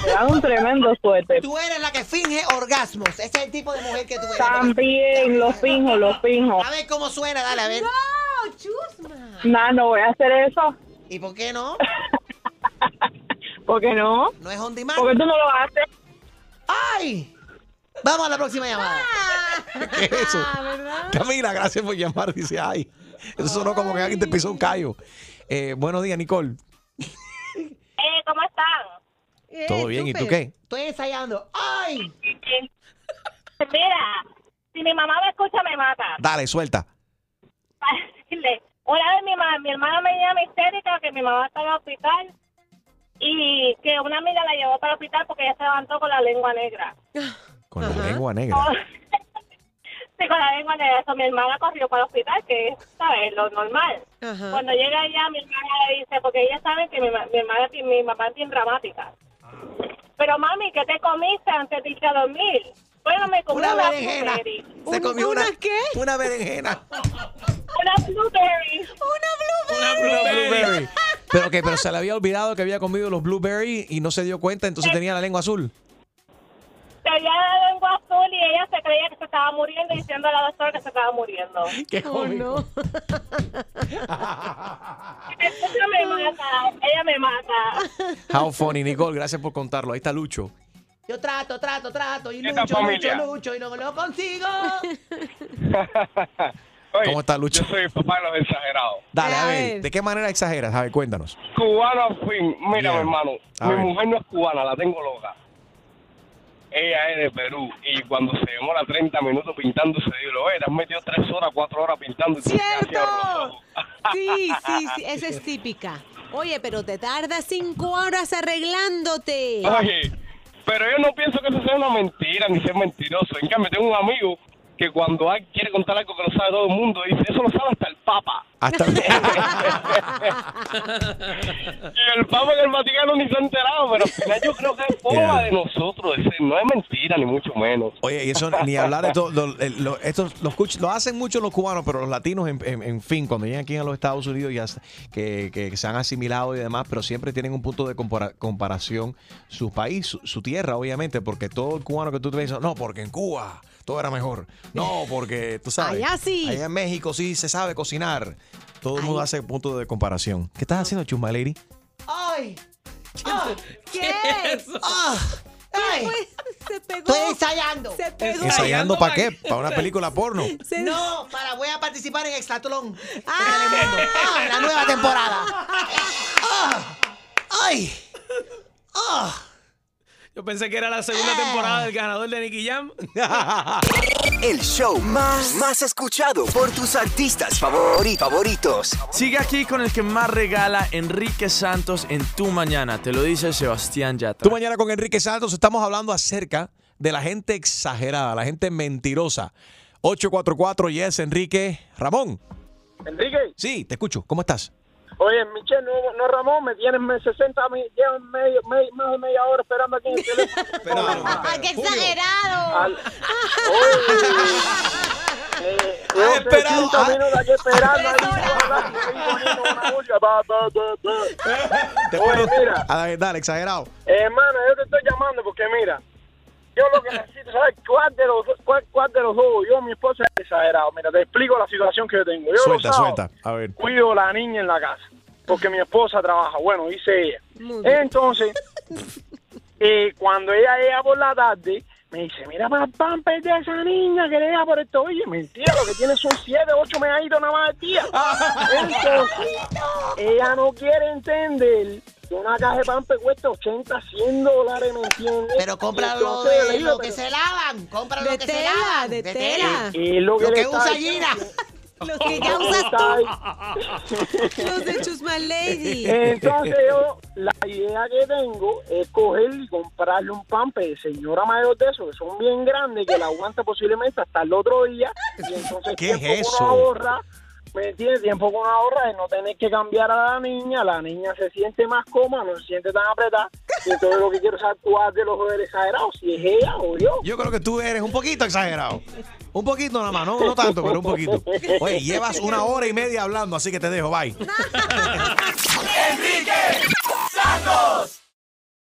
[SPEAKER 8] me dan un tremendo suerte.
[SPEAKER 3] Tú eres la que finge orgasmos. Ese es el tipo de mujer que tú eres.
[SPEAKER 8] También, lo finjo, lo finjo.
[SPEAKER 3] A ver cómo suena, dale, a ver.
[SPEAKER 4] No, chusma.
[SPEAKER 8] No, no voy a hacer eso.
[SPEAKER 3] ¿Y por qué no?
[SPEAKER 8] ¿Por qué no?
[SPEAKER 3] No es on demand.
[SPEAKER 8] Porque tú no lo haces.
[SPEAKER 3] ¡Ay! Vamos a la próxima llamada.
[SPEAKER 2] ¿Qué es eso? Camila, gracias por llamar. Dice, ay, eso sonó como que alguien te pisó un callo. Eh, buenos días, Nicole.
[SPEAKER 21] Eh, ¿Cómo están?
[SPEAKER 2] Todo bien, ¿y tú qué?
[SPEAKER 3] Estoy ensayando. ¡Ay!
[SPEAKER 21] Mira, si mi mamá me escucha, me mata.
[SPEAKER 2] Dale, suelta.
[SPEAKER 21] Para decirle, Una vez mi, ma- mi hermana me llama histérica que mi mamá está en el hospital y que una amiga la llevó para el hospital porque ella se levantó con la lengua negra.
[SPEAKER 2] Con la lengua negra.
[SPEAKER 16] Ah.
[SPEAKER 21] Sí, con la lengua negra. Eso, mi hermana corrió para el hospital, que es, ¿sabes? Lo normal.
[SPEAKER 4] Ajá.
[SPEAKER 21] Cuando llega ella, mi hermana le dice, porque ella sabe que mi, ma- mi hermana, ti- mi mamá es bien dramática. Pero mami, ¿qué te comiste antes de irte a dormir? Bueno, me comí
[SPEAKER 3] Una
[SPEAKER 21] una
[SPEAKER 3] berenjena.
[SPEAKER 21] blueberry.
[SPEAKER 3] Se comió una, qué? Una berenjena.
[SPEAKER 9] Una blueberry.
[SPEAKER 8] Ah,
[SPEAKER 2] Una Blueberry. Pero que pero se le había olvidado que había comido los blueberry y no se dio cuenta, entonces tenía la lengua azul.
[SPEAKER 9] Se había dado lengua azul y ella se creía que se estaba muriendo diciendo a la doctora que se estaba muriendo.
[SPEAKER 2] Qué cómico.
[SPEAKER 9] Ella me mata, ella me mata.
[SPEAKER 2] How funny, Nicole, gracias por contarlo. Ahí está Lucho.
[SPEAKER 3] Yo trato, trato, trato y
[SPEAKER 2] Esta
[SPEAKER 3] lucho, lucho,
[SPEAKER 2] familia.
[SPEAKER 3] lucho y no lo consigo.
[SPEAKER 2] ¿Cómo está Lucho?
[SPEAKER 18] Yo soy el papá de los exagerados.
[SPEAKER 2] Dale, a ver, ¿de qué manera exageras? A ver, cuéntanos.
[SPEAKER 18] Cubana fin. Mira,
[SPEAKER 2] Bien.
[SPEAKER 18] mi hermano,
[SPEAKER 2] A
[SPEAKER 18] mi
[SPEAKER 2] ver.
[SPEAKER 18] mujer no es cubana, la tengo loca. Ella es de Perú y cuando se demora 30 minutos pintando, se digo, oye, te has metido 3 horas, 4 horas pintando. y tú casi abro los ojos".
[SPEAKER 4] Sí, sí, sí, esa es típica. Oye, pero te tardas cinco horas arreglándote.
[SPEAKER 18] Oye, pero yo no pienso que eso sea una mentira ni ser mentiroso. En cambio, tengo un amigo que cuando alguien quiere contar algo que lo sabe todo el mundo, dice, eso lo sabe hasta el Papa.
[SPEAKER 2] Hasta
[SPEAKER 18] y el Papa en el Vaticano ni se ha enterado, pero al final yo creo que es boba
[SPEAKER 2] Yeah.
[SPEAKER 18] de nosotros. decir, no es mentira, ni mucho menos.
[SPEAKER 2] Oye, y eso ni hablar de todo. Lo, eh, lo- estos, los cuch- lo hacen mucho los cubanos, pero los latinos, en, en- en fin, cuando llegan aquí a los Estados Unidos, ya se- que, que se han asimilado y demás, pero siempre tienen un punto de compara- comparación su país, su, su tierra, obviamente, porque todo el cubano que tú te ves, no, porque en Cuba todo era mejor. No, porque tú sabes.
[SPEAKER 4] Allá sí.
[SPEAKER 2] Allá en México sí se sabe cocinar. Todo el mundo hace punto de comparación. ¿Qué estás haciendo, Chusma Lady?
[SPEAKER 3] ¡Ay! ¡Ah!
[SPEAKER 4] ¿Qué
[SPEAKER 3] es ¡Ah! ¡Ay!
[SPEAKER 4] Se pegó.
[SPEAKER 3] Estoy ensayando. Se
[SPEAKER 4] pegó.
[SPEAKER 2] ¿Ensayando para qué? ¿Para una película porno?
[SPEAKER 3] No, para voy a participar en Extratlón. ¡Ah! La nueva temporada. ¡Ah! ¡Ay! ¡Ah!
[SPEAKER 5] Yo pensé que era la
[SPEAKER 2] Ah.
[SPEAKER 5] segunda temporada del ganador de Nicky Jam.
[SPEAKER 10] El show más, más escuchado por tus artistas favori- favoritos.
[SPEAKER 27] Sigue aquí con el que más regala Enrique Santos en tu mañana. Te lo dice Sebastián Yatra.
[SPEAKER 2] Tú mañana con Enrique Santos estamos hablando acerca de la gente exagerada, la gente mentirosa. 844 Yes, Enrique. Ramón.
[SPEAKER 8] Enrique.
[SPEAKER 2] Sí, te escucho. ¿Cómo estás?
[SPEAKER 8] Oye, Michelle, no, no Ramón, me tienes me- 60, me llevan medio, me- más de media hora esperando aquí en el teléfono.
[SPEAKER 4] ¡Ay, qué exagerado!
[SPEAKER 8] Al- Oye, eh, llevo 60 minutos aquí esperando. ahí, guardando, ahí poniendo una música, ba, ba, ba, ba. Oye, mira,
[SPEAKER 2] A la Ah, dale, exagerado.
[SPEAKER 8] hermano, yo te estoy llamando porque mira, yo lo que necesito saber cuál de los, cuál, cuál de los dos, yo mi esposa es exagerado. Mira, te explico la situación que yo tengo. Yo los
[SPEAKER 2] Suelta,
[SPEAKER 8] sábados-
[SPEAKER 2] suelta. A ver.
[SPEAKER 8] cuido la niña en la casa porque mi esposa trabaja. Bueno, dice ella.
[SPEAKER 28] Muy bien.
[SPEAKER 8] Entonces, eh, cuando ella llega por la tarde, me dice, mira, papá, de esa niña que le deja por esto. Oye, mentira, lo que tiene son siete, ocho meaditos nada más al día. Entonces, ella no quiere entender que una caja de pampe cuesta 80, 100 dólares, ¿me entiendes? Pero
[SPEAKER 3] Cómpralo de lo que se lavan. Cómpralo lo que se lavan. De, tela.
[SPEAKER 8] Y lo que,
[SPEAKER 3] Lo
[SPEAKER 8] le
[SPEAKER 3] que
[SPEAKER 8] está
[SPEAKER 3] usa
[SPEAKER 8] diciendo-
[SPEAKER 3] Gina.
[SPEAKER 4] Los que ya usas tú. Los de Chusma Lady.
[SPEAKER 8] Entonces yo, la idea que tengo es coger y comprarle un pamper de señora mayor de esos, que son bien grandes, que la aguanta posiblemente hasta el otro día. Y entonces
[SPEAKER 2] ¿Qué es
[SPEAKER 8] tiempo que
[SPEAKER 2] eso?
[SPEAKER 8] uno ahorra, ¿me entiendes? Tiempo que uno ahorra de no tener que cambiar a la niña. La niña se siente más cómoda, no se siente tan apretada. Y entonces lo que quiero es actuar de los jóvenes exagerados, si es ella o yo.
[SPEAKER 2] Yo creo que tú eres un poquito exagerado. Un poquito nada más, no, no tanto, pero un poquito. Oye, llevas una hora y media hablando, así que te dejo, bye.
[SPEAKER 6] Enrique Santos.